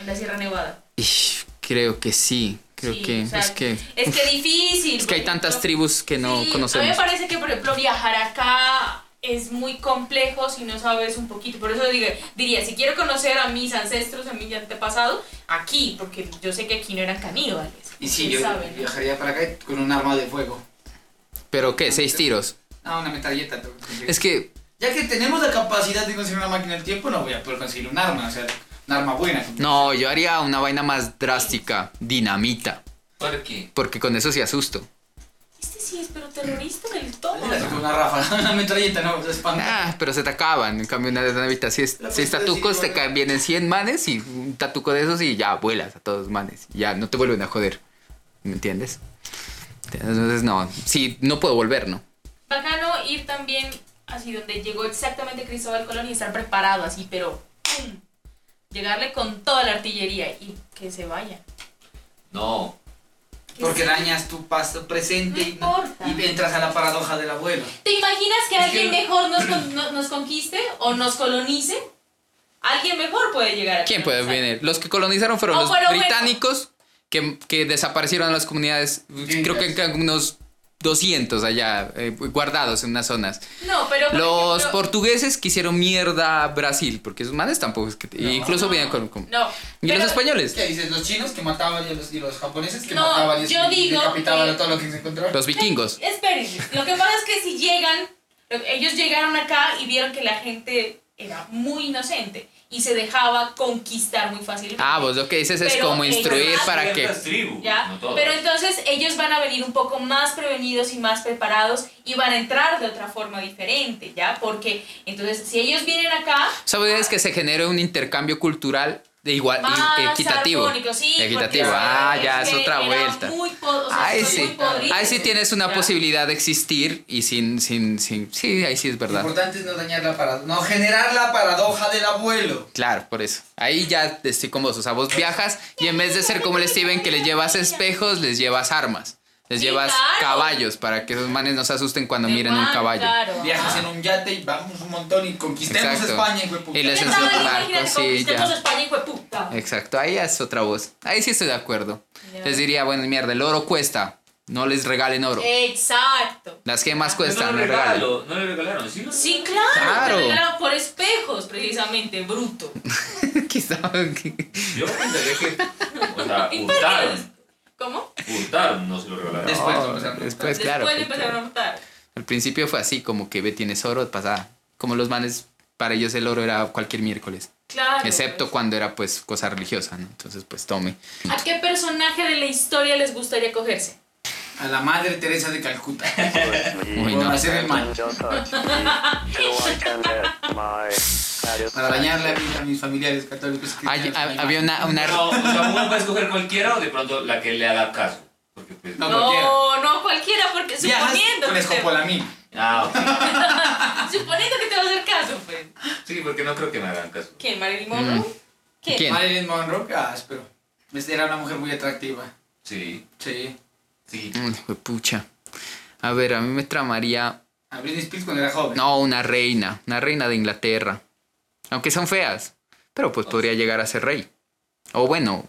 Speaker 2: en la Sierra Nevada.
Speaker 4: Ish, creo que sí. Creo
Speaker 2: Sí,
Speaker 4: que
Speaker 2: o sea,
Speaker 4: es que
Speaker 2: es que difícil.
Speaker 4: es que hay
Speaker 2: por
Speaker 4: tantas
Speaker 2: ejemplo.
Speaker 4: tribus que no
Speaker 2: Sí, A mí me
Speaker 4: conocemos.
Speaker 2: parece que, por ejemplo, viajar acá es muy complejo si no sabes un poquito. Por eso digo, diría, si quiero conocer a mis ancestros, a mi antepasado, aquí, porque yo sé que aquí no eran caníbales.
Speaker 5: Y sí,
Speaker 2: ¿Quién
Speaker 5: yo
Speaker 2: sabe, no?
Speaker 5: viajaría para acá con un arma de fuego.
Speaker 4: Pero qué, seis tiros.
Speaker 5: Ah, una metralleta. tengo que conseguir.
Speaker 4: Es que
Speaker 5: Ya que tenemos la capacidad de conseguir una máquina del tiempo, no voy a poder conseguir un arma, o sea, un arma buena.
Speaker 4: no, yo haría una vaina más drástica, dinamita,
Speaker 3: ¿Para qué?
Speaker 4: porque con eso sí asusto.
Speaker 2: Este sí es, pero terrorista del todo.
Speaker 5: Así con Una ráfaga, una metralleta, no, se espanta.
Speaker 4: Ah, pero se te acaban. En cambio, una dinamita, si es,
Speaker 5: La
Speaker 4: si es
Speaker 5: puedes
Speaker 4: tatucos,
Speaker 5: decir,
Speaker 4: te caen, vienen 100 manes y un tatuco de esos y ya vuelas a todos manes. Ya no te vuelven a joder. ¿Me entiendes? Entonces, no, sí, no puedo volver, ¿no?
Speaker 2: Bacano ir también así donde llegó exactamente Cristóbal Colón y estar preparado así, pero ¡pum! llegarle con toda la artillería y que se vaya.
Speaker 3: No.
Speaker 2: Que
Speaker 5: Porque
Speaker 2: se-
Speaker 5: dañas tu pasto presente y,
Speaker 2: No importa.
Speaker 5: y entras a la paradoja del abuelo.
Speaker 2: ¿Te imaginas que
Speaker 5: Es
Speaker 2: alguien
Speaker 5: que-
Speaker 2: mejor nos, con- no- nos conquiste o nos colonice? Alguien mejor puede llegar. a
Speaker 4: ¿Quién puede
Speaker 2: colonizar.
Speaker 4: venir? Los que colonizaron fueron
Speaker 2: Oh,
Speaker 4: los
Speaker 2: bueno, bueno.
Speaker 4: británicos que, que desaparecieron las comunidades. Creo que quedan unos 200 allá eh, guardados en unas zonas.
Speaker 2: No, pero por
Speaker 4: Los
Speaker 2: ejemplo-
Speaker 4: portugueses que hicieron mierda a Brasil, porque esos manes tampoco es que... incluso venían con... con-
Speaker 2: No.
Speaker 4: ¿Y
Speaker 2: pero-
Speaker 4: los españoles?
Speaker 5: ¿Qué dices? ¿Los chinos que mataban y los, y los japoneses que
Speaker 2: No,
Speaker 5: mataban y,
Speaker 2: yo
Speaker 5: y
Speaker 2: digo
Speaker 5: decapitaban
Speaker 2: que-
Speaker 5: a todo lo que se encontraba?
Speaker 4: Los vikingos.
Speaker 2: Espérense. Lo que pasa es que si llegan, lo- ellos llegaron acá y vieron que la gente era muy inocente y se dejaba conquistar muy fácilmente.
Speaker 4: Ah, vos lo que dices es
Speaker 2: Pero
Speaker 4: como
Speaker 2: ellos-
Speaker 4: instruir para que...
Speaker 3: Ciertas tribus,
Speaker 2: ¿Ya?
Speaker 3: no todas.
Speaker 2: Pero entonces ellos van a venir un poco más prevenidos y más preparados y van a entrar de otra forma diferente, ¿ya? Porque entonces si ellos vienen acá,
Speaker 4: ¿Sabes que se genere un intercambio cultural de igual
Speaker 2: más
Speaker 4: y- equitativo?
Speaker 2: armónico, Ah, sí,
Speaker 4: equitativo.
Speaker 2: porque,
Speaker 4: Ah, ya
Speaker 2: que
Speaker 4: es otra
Speaker 2: era
Speaker 4: vuelta.
Speaker 2: muy po- o sea,
Speaker 4: Ahí
Speaker 2: son muy
Speaker 4: sí,
Speaker 2: podridos,
Speaker 4: ahí sí tienes una
Speaker 2: ¿ya?
Speaker 4: posibilidad de existir y sin, sin, sin, sí, ahí sí es
Speaker 5: Lo
Speaker 4: verdad.
Speaker 5: importante es no dañar la paradoja, no generar la paradoja del abuelo.
Speaker 4: Claro, por eso. Ahí ya estoy con vos. O sea, vos viajas y en vez de ser como el Steven que les llevas espejos, les llevas armas. Les
Speaker 2: Sí,
Speaker 4: llevas
Speaker 2: claro.
Speaker 4: caballos para que esos manes no se asusten cuando
Speaker 2: De
Speaker 4: miren un
Speaker 2: Juan,
Speaker 4: caballo.
Speaker 2: claro.
Speaker 5: Viajas en un yate y vamos un montón y conquistemos
Speaker 4: Exacto.
Speaker 5: España. hijueputa.
Speaker 4: Y les
Speaker 2: ¿Qué
Speaker 4: en
Speaker 2: tal?
Speaker 4: su barco,
Speaker 2: Imagínate,
Speaker 4: sí,
Speaker 2: conquistemos
Speaker 4: ya.
Speaker 2: España, hijo de puta.
Speaker 4: Exacto, ahí es otra voz. Ahí sí estoy de acuerdo.
Speaker 2: Ya.
Speaker 4: Les diría, bueno, mierda, el oro cuesta. No les regalen oro.
Speaker 2: Eh, Exacto.
Speaker 4: Las gemas
Speaker 3: Pues
Speaker 4: cuestan,
Speaker 3: no,
Speaker 4: no,
Speaker 3: le
Speaker 4: regalen.
Speaker 3: regalo, no le regalaron, ¿sí?
Speaker 2: Sí, claro.
Speaker 4: Claro.
Speaker 2: pero claro, por espejos, precisamente, bruto.
Speaker 4: Quizá-
Speaker 3: Yo pensaría que. O sea,
Speaker 2: ¿Y por qué
Speaker 3: hurtaron.
Speaker 2: los- ¿Cómo?
Speaker 3: Hurtaron, no se lo regalaron.
Speaker 5: Después.
Speaker 4: No,
Speaker 5: empezaron a
Speaker 2: Después
Speaker 4: después, claro.
Speaker 2: le
Speaker 4: porque-
Speaker 2: empezaron a notar.
Speaker 4: pues, Al principio fue así, como que ve tienes oro, pasada. Como los manes, para ellos el oro era cualquier miércoles.
Speaker 2: Claro.
Speaker 4: Excepto cuando era pues cosa religiosa, ¿no? Entonces pues tome.
Speaker 2: ¿A qué personaje de la historia les gustaría cogerse?
Speaker 5: A la madre Teresa de Calcuta.
Speaker 4: Uy,
Speaker 5: Por
Speaker 4: no.
Speaker 5: hacer el mal.
Speaker 7: Just touch me, till I can get my
Speaker 5: Para dañar la vida a mis familiares católicos.
Speaker 4: Hay-
Speaker 5: cristianos,
Speaker 4: ha- había una... una-
Speaker 3: No, o sea, uno puede escoger cualquiera o de pronto la que le haga caso. Porque pues.
Speaker 5: No.
Speaker 2: No,
Speaker 5: cualquiera.
Speaker 2: no cualquiera, porque
Speaker 5: Viajas
Speaker 2: suponiendo
Speaker 5: con
Speaker 2: que, te,
Speaker 5: escopolamina.
Speaker 3: Ah, ok.
Speaker 2: suponiendo que te va a hacer caso, pues.
Speaker 3: Sí, porque no creo que me hagan caso.
Speaker 2: ¿Quién, Marilyn Monroe?
Speaker 4: Mm.
Speaker 2: ¿Quién?
Speaker 4: ¿Quién?
Speaker 5: Marilyn Monroe, ah, espero. Era una mujer muy atractiva.
Speaker 3: Sí,
Speaker 5: Sí.
Speaker 3: sí.
Speaker 4: Mm, fue pucha. A ver, a mí me tramaría...
Speaker 5: A Britney Spears cuando era joven.
Speaker 4: No, una reina. Una reina de Inglaterra. Aunque son feas. Pero pues podría llegar a ser rey. O bueno,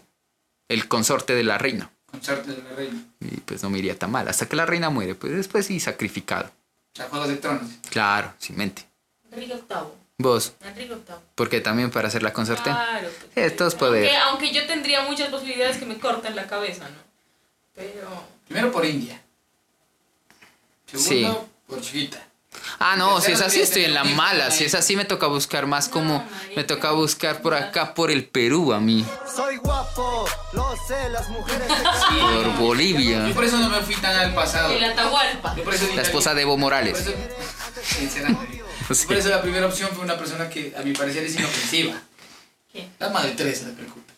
Speaker 4: el consorte de la reina.
Speaker 5: Consorte de la reina.
Speaker 4: Y pues no me iría tan mal. Hasta que la reina muere. Pues después sí, sacrificado.
Speaker 5: O sea, Juegos de Tronos.
Speaker 4: Claro, sin mente.
Speaker 2: Enrique VIII.
Speaker 4: Vos,
Speaker 2: Enrique VIII.
Speaker 4: porque también para hacer la consorte.
Speaker 2: Claro. pues,
Speaker 4: Sí, esto es poder.
Speaker 2: Aunque, aunque yo tendría muchas posibilidades que me corten la cabeza, ¿no? Pero...
Speaker 5: Primero por India. Segundo por chiquita.
Speaker 4: Ah, no, si
Speaker 5: Tercero
Speaker 4: es así
Speaker 5: tiene
Speaker 4: estoy en la
Speaker 5: un hijo,
Speaker 4: mala.
Speaker 5: una
Speaker 4: Si es
Speaker 5: hija.
Speaker 4: así me toca buscar más como...
Speaker 2: marica.
Speaker 4: Me toca buscar por acá, por el Perú a mí.
Speaker 8: Soy guapo, lo sé, las mujeres se
Speaker 4: Por
Speaker 5: Yo
Speaker 4: Bolivia.
Speaker 5: por eso no me fui tan al pasado.
Speaker 2: El Atahualpa.
Speaker 5: Yo por eso
Speaker 4: La esposa de Evo
Speaker 5: Por
Speaker 4: Morales.
Speaker 5: eso, sinceramente.
Speaker 4: Sí.
Speaker 5: Por eso la primera opción fue una persona que a mi parecer es inofensiva.
Speaker 2: ¿Quién?
Speaker 5: La madre Teresa de Calcuta.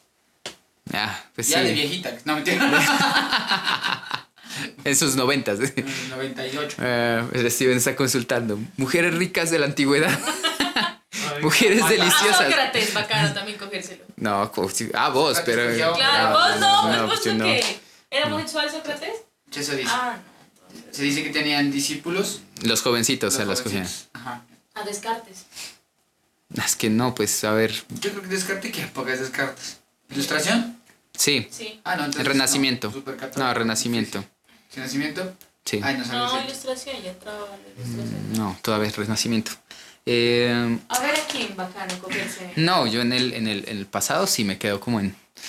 Speaker 4: Ah, pues
Speaker 5: Ya de
Speaker 4: sí.
Speaker 5: viejita. No, mentira.
Speaker 4: En sus noventas.
Speaker 5: En el 98.
Speaker 4: Eh, Steven está consultando. Mujeres ricas de la antigüedad. Mujeres
Speaker 2: Ah,
Speaker 4: deliciosas.
Speaker 2: Sócrates, bacano también cogérselo.
Speaker 4: No, co- sí, ah, vos, pero.
Speaker 5: Claro,
Speaker 2: Claro,
Speaker 4: ah,
Speaker 2: vos no, pues
Speaker 4: pues
Speaker 2: vos
Speaker 4: yo
Speaker 2: no.
Speaker 4: no.
Speaker 2: qué? ¿Era homosexual Sócrates?
Speaker 5: Eso dice.
Speaker 2: Ah, no. entonces.
Speaker 5: Se dice que tenían discípulos.
Speaker 4: Los jovencitos se
Speaker 5: los
Speaker 4: las cogían.
Speaker 5: jovencitos. Ajá.
Speaker 2: A Descartes.
Speaker 4: Es que no, pues, a ver.
Speaker 5: Yo creo que descarte que hay pocas descartas. ¿Ilustración?
Speaker 4: Sí,
Speaker 2: Sí.
Speaker 5: Ah, no, entonces.
Speaker 4: Renacimiento.
Speaker 5: No, supercatólico.
Speaker 4: No, Renacimiento.
Speaker 5: ¿Renacimiento?
Speaker 4: Sí.
Speaker 5: Ay, no
Speaker 2: No,
Speaker 5: sabes.
Speaker 2: ilustración, ya traba la ilustración.
Speaker 4: No, todavía es Renacimiento. Eh,
Speaker 2: A ver a quién bacano copiarse.
Speaker 4: no, yo en el, en, el, en el pasado sí me quedo como en
Speaker 5: A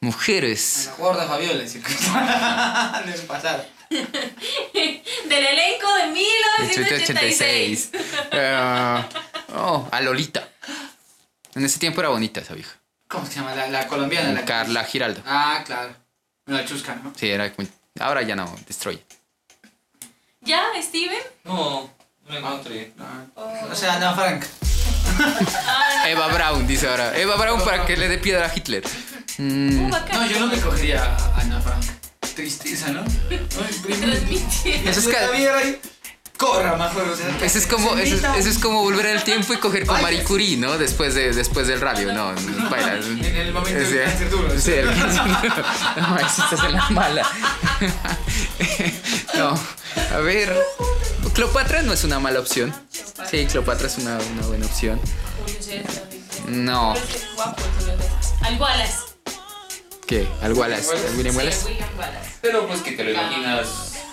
Speaker 4: mujeres.
Speaker 5: Ah, la gorda Fabiola, decir que del pasado.
Speaker 2: Del elenco de 1986.
Speaker 4: 86. Eh, oh, a Lolita. En ese tiempo era bonita esa vieja.
Speaker 5: ¿Cómo se llama? La, la colombiana. La
Speaker 4: Carla Giraldo.
Speaker 5: Ah, claro. La chusca, ¿no?
Speaker 4: Sí, era como- Ahora ya no, Destroy.
Speaker 2: ¿Ya, Steven?
Speaker 3: No, no la encontré.
Speaker 5: Ah.
Speaker 2: Oh.
Speaker 5: O sea, no, Frank.
Speaker 4: Eva Brown, dice ahora. Eva Brown para que le dé piedra a Hitler. Mm,
Speaker 2: Uh, bacano.
Speaker 5: No, yo no le cogería a Ana Frank. Tristeza, ¿no?
Speaker 2: Transmitir.
Speaker 4: Eso es ca-
Speaker 5: que... Corra, más o sea,
Speaker 4: eso es como, eso es, eso es como volver al tiempo y coger con Marie Curie, ¿no? Después, de, después del radio, no, no baila.
Speaker 5: En el momento
Speaker 4: Sí,
Speaker 5: del cáncer duro.
Speaker 4: sí, el cáncer duro. No, ahí sí estás en la mala. No, a ver. Cleopatra no es una mala opción. Sí, Cleopatra es una, una buena opción.
Speaker 2: Julio César, dice.
Speaker 4: No.
Speaker 2: Pero es que es guapo, Julio César. Al Wallace.
Speaker 4: ¿Qué? Al Wallace. ¿Al William
Speaker 2: Sí,
Speaker 4: Wallace?
Speaker 2: William Wallace.
Speaker 3: Pero pues que te lo imaginas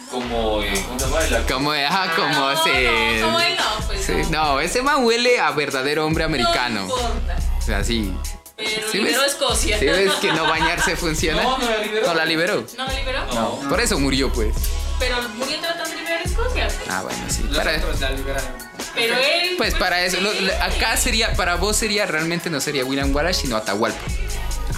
Speaker 3: como. eh, ¿Cómo se llama? La-
Speaker 4: Como, ajá, como
Speaker 2: No,
Speaker 4: se.
Speaker 2: No, como él no, pues
Speaker 4: Ah, Sí,
Speaker 2: no.
Speaker 4: no, ese man huele a verdadero hombre americano.
Speaker 2: No importa.
Speaker 4: O sea, sí.
Speaker 2: Pero
Speaker 4: ¿Sí
Speaker 2: liberó
Speaker 4: ves?
Speaker 2: Escocia.
Speaker 4: ¿Sí ves que no bañarse funciona?
Speaker 3: No, no la liberó.
Speaker 4: No la liberó.
Speaker 2: ¿No lo liberó?
Speaker 3: No.
Speaker 4: Por eso murió, pues.
Speaker 2: Pero murió tratando de liberar Escocia. pues.
Speaker 4: Ah, bueno, sí.
Speaker 5: Los
Speaker 4: Para,
Speaker 5: otros la liberaron.
Speaker 2: Pero él.
Speaker 4: pues para eso, lo-
Speaker 2: sí.
Speaker 4: lo- acá sería, para vos sería, realmente no sería William Wallace, sino Atahualpa.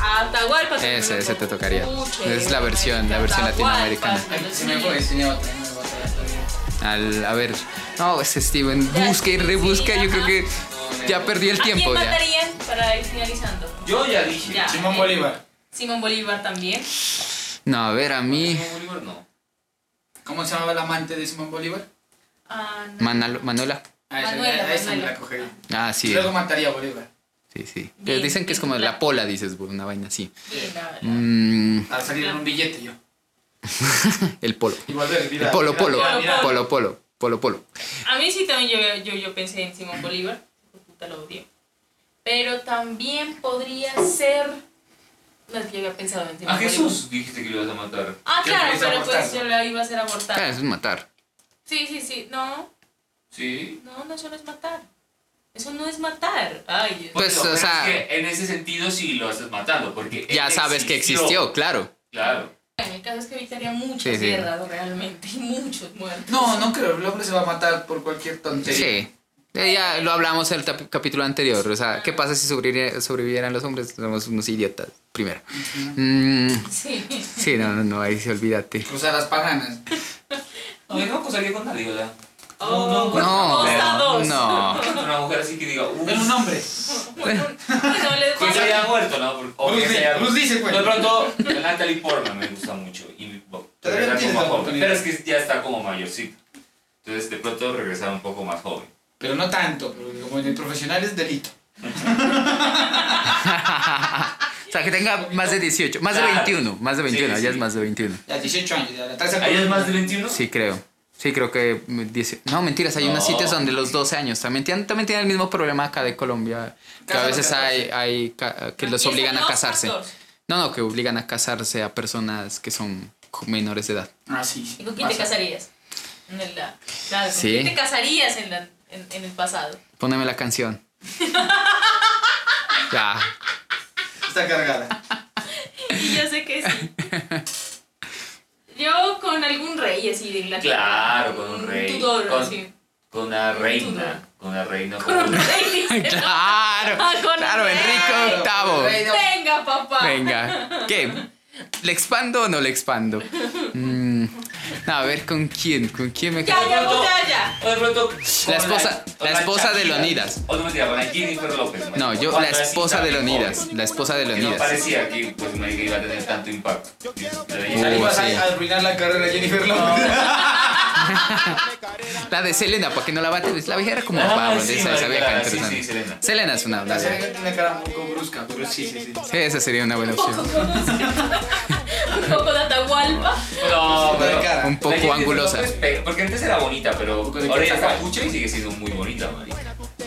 Speaker 2: Atahualpa.
Speaker 4: Ese,
Speaker 2: también
Speaker 4: ese
Speaker 2: lo
Speaker 4: te tocaría.
Speaker 2: tocó. Uy,
Speaker 4: Esa es la versión, la versión
Speaker 2: Atahualpa,
Speaker 4: latinoamericana.
Speaker 2: de los
Speaker 5: Se me fue,
Speaker 2: niños.
Speaker 5: enseñé otra. No me voy a traer todavía.
Speaker 4: Al, a ver, no, ese Steven,
Speaker 2: Ya,
Speaker 4: busca y
Speaker 2: sí,
Speaker 4: rebusca,
Speaker 2: sí,
Speaker 4: yo creo
Speaker 2: ajá.
Speaker 4: que ya perdió el
Speaker 2: ¿A quién
Speaker 4: tiempo ya.
Speaker 2: matarían para ir finalizando?
Speaker 3: Yo ya dije.
Speaker 2: Ya.
Speaker 5: Simón Bolívar.
Speaker 2: Simón Bolívar también.
Speaker 4: No, a ver, a mí,
Speaker 3: No, Bolívar no.
Speaker 5: ¿Cómo se llamaba el amante de Simón Bolívar?
Speaker 2: Ah, no.
Speaker 4: Manalo- Manuela.
Speaker 5: A esa,
Speaker 2: Manuela,
Speaker 5: a esa me
Speaker 2: Manuela.
Speaker 5: la cogería.
Speaker 4: Ah, sí,
Speaker 5: Luego mataría a Bolívar.
Speaker 4: sí, sí.
Speaker 2: Bien,
Speaker 4: Dicen que es
Speaker 2: bien,
Speaker 4: como la
Speaker 2: claro.
Speaker 4: pola, dices, vos, una vaina así.
Speaker 2: Bien, la verdad.
Speaker 4: Mm,
Speaker 5: Para salir en un billete yo.
Speaker 4: el polo.
Speaker 5: Y volver, mira,
Speaker 4: El polo,
Speaker 5: mira,
Speaker 4: polo,
Speaker 5: mira, mira.
Speaker 4: polo, polo, polo, polo.
Speaker 2: A mí sí también yo, yo, yo pensé en Simón Bolívar. Puta, lo odio. Pero también podría ser. No es que yo había pensado en Simón
Speaker 3: A
Speaker 2: Bolívar.
Speaker 3: Jesús dijiste que lo ibas a matar.
Speaker 2: Ah,
Speaker 5: Yo
Speaker 2: claro,
Speaker 5: lo hice
Speaker 2: pero pues
Speaker 5: abortar.
Speaker 2: yo la iba a hacer
Speaker 4: Claro,
Speaker 2: abortar.
Speaker 4: Ah, eso es matar.
Speaker 2: Sí, sí, sí. No,
Speaker 3: Sí.
Speaker 2: no, no, eso no es matar. Eso no es matar. Ay, Dios.
Speaker 4: Pues,
Speaker 3: Bueno,
Speaker 4: o
Speaker 3: pero
Speaker 4: sea-
Speaker 3: es que en ese sentido sí lo haces matando, porque.
Speaker 4: Ya
Speaker 3: él
Speaker 4: sabes que existió, claro.
Speaker 3: Claro.
Speaker 2: el caso es que evitaría muchas
Speaker 4: Sí, sí.
Speaker 2: mierdas realmente y muchos muertos.
Speaker 5: No, no creo. El hombre se va a matar por cualquier
Speaker 4: Sí.
Speaker 5: tontería.
Speaker 4: Eh, Ya lo hablamos en el tap- capítulo anterior. O sea, ¿qué pasa si sobreviviera- sobrevivieran los hombres? Somos unos idiotas, primero. Mm,
Speaker 2: Sí.
Speaker 4: sí, no, no, no, ahí sí, olvídate.
Speaker 5: Cruzar las paganas.
Speaker 3: No, yo no cosaría con nadie, ¿verdad?
Speaker 2: Oh,
Speaker 4: No,
Speaker 2: cosa dos.
Speaker 4: no.
Speaker 3: Una mujer así que diga, uff.
Speaker 5: Era un hombre.
Speaker 2: Bueno, pues, les
Speaker 3: Que se
Speaker 2: voy a-
Speaker 3: haya muerto, ¿no? Porque- O que
Speaker 5: Bruce
Speaker 3: se
Speaker 5: Lee-
Speaker 3: haya
Speaker 5: Bruce Lee se fue.
Speaker 3: De pronto, la Natalie Portman me gusta mucho. Y bueno,
Speaker 5: Todavía
Speaker 3: era
Speaker 5: tienes
Speaker 3: como
Speaker 5: la
Speaker 3: joven.
Speaker 5: oportunidad.
Speaker 3: Pero es que ya está como mayorcito. Entonces, de pronto regresar un poco más joven.
Speaker 5: Pero no tanto. Pero como en el profesional es delito.
Speaker 4: O sea, que tenga más de 18, más de
Speaker 3: Claro.
Speaker 4: 21, más de
Speaker 3: Sí,
Speaker 4: 21,
Speaker 3: sí.
Speaker 4: ya es más de 21.
Speaker 5: Ya 18 años. Ya la tasa
Speaker 3: ¿Ahí es más de 21?
Speaker 4: Sí, creo. Sí, creo que... 10 No, mentiras, hay unos
Speaker 3: No.
Speaker 4: sitios donde los 12 años también tienen, también tienen el mismo problema acá de Colombia, que a
Speaker 5: Casarse
Speaker 4: veces
Speaker 5: a los
Speaker 4: hay, hay ca- que los
Speaker 2: Empiezan
Speaker 4: obligan a
Speaker 2: los
Speaker 4: casarse.
Speaker 2: 14.
Speaker 4: No, no, que obligan a casarse a personas que son menores de edad.
Speaker 5: Ah, sí. sí,
Speaker 2: ¿Y con quién te
Speaker 5: pasa.
Speaker 2: casarías? En el- la- claro, ¿con
Speaker 4: Sí.
Speaker 2: quién te casarías en, la- en- en el pasado?
Speaker 4: Póneme la canción. ya.
Speaker 5: Está cargada.
Speaker 2: Y yo sé que sí. Yo con algún rey así de Inglaterra.
Speaker 3: Claro, con un rey.
Speaker 2: Tudor,
Speaker 3: con,
Speaker 2: así.
Speaker 3: con una reina.
Speaker 2: Tudor.
Speaker 3: Con una reina.
Speaker 2: Con un rey. dice.
Speaker 4: Claro.
Speaker 2: Ah, con
Speaker 4: claro,
Speaker 2: un rey.
Speaker 4: Enrico
Speaker 5: Rey
Speaker 4: VIII.
Speaker 5: de-
Speaker 2: Venga, papá.
Speaker 4: Venga. ¿Qué? ¿Le expando o no le expando? Mm, a ver, ¿con quién? ¿Con quién me
Speaker 2: Ya,
Speaker 4: caso?
Speaker 2: ya, ya, ya.
Speaker 3: O de pronto. con
Speaker 4: esposa-
Speaker 3: con
Speaker 4: la esposa de
Speaker 3: Shakira.
Speaker 4: Leonidas.
Speaker 3: O no mentira, con la Jennifer López.
Speaker 4: No, yo, la
Speaker 3: Cuando era
Speaker 4: esposa
Speaker 3: así
Speaker 4: de
Speaker 3: tan
Speaker 4: Leonidas.
Speaker 3: joven,
Speaker 4: La esposa de
Speaker 3: Que no
Speaker 4: Leonidas.
Speaker 3: parecía que pues, me iba a tener tanto impacto.
Speaker 5: Ahí
Speaker 4: Uh,
Speaker 5: vas
Speaker 4: sí.
Speaker 5: a arruinar la carrera de Jennifer López.
Speaker 4: La de Selena, para que no la bate. pues, La vieja era como
Speaker 3: Ah,
Speaker 4: pava,
Speaker 3: sí,
Speaker 4: esa, esa
Speaker 3: marica,
Speaker 4: vieja
Speaker 3: sí,
Speaker 4: interesante.
Speaker 3: sí, Selena.
Speaker 4: Selena es una. una
Speaker 5: La
Speaker 4: vieja.
Speaker 5: serie tiene una cara un poco brusca, pero sí, sí, sí.
Speaker 4: Sí, esa sería una buena opción.
Speaker 2: Un poco de Atahualpa.
Speaker 3: No,
Speaker 5: Pero
Speaker 3: Pues, pero.
Speaker 5: cara.
Speaker 4: Un poco
Speaker 3: La Jennifer
Speaker 4: angulosa.
Speaker 3: López, pe- Porque antes era bonita, pero
Speaker 5: de
Speaker 3: ahora ya está
Speaker 5: casaca.
Speaker 3: mucho y sigue siendo muy bonita, marica.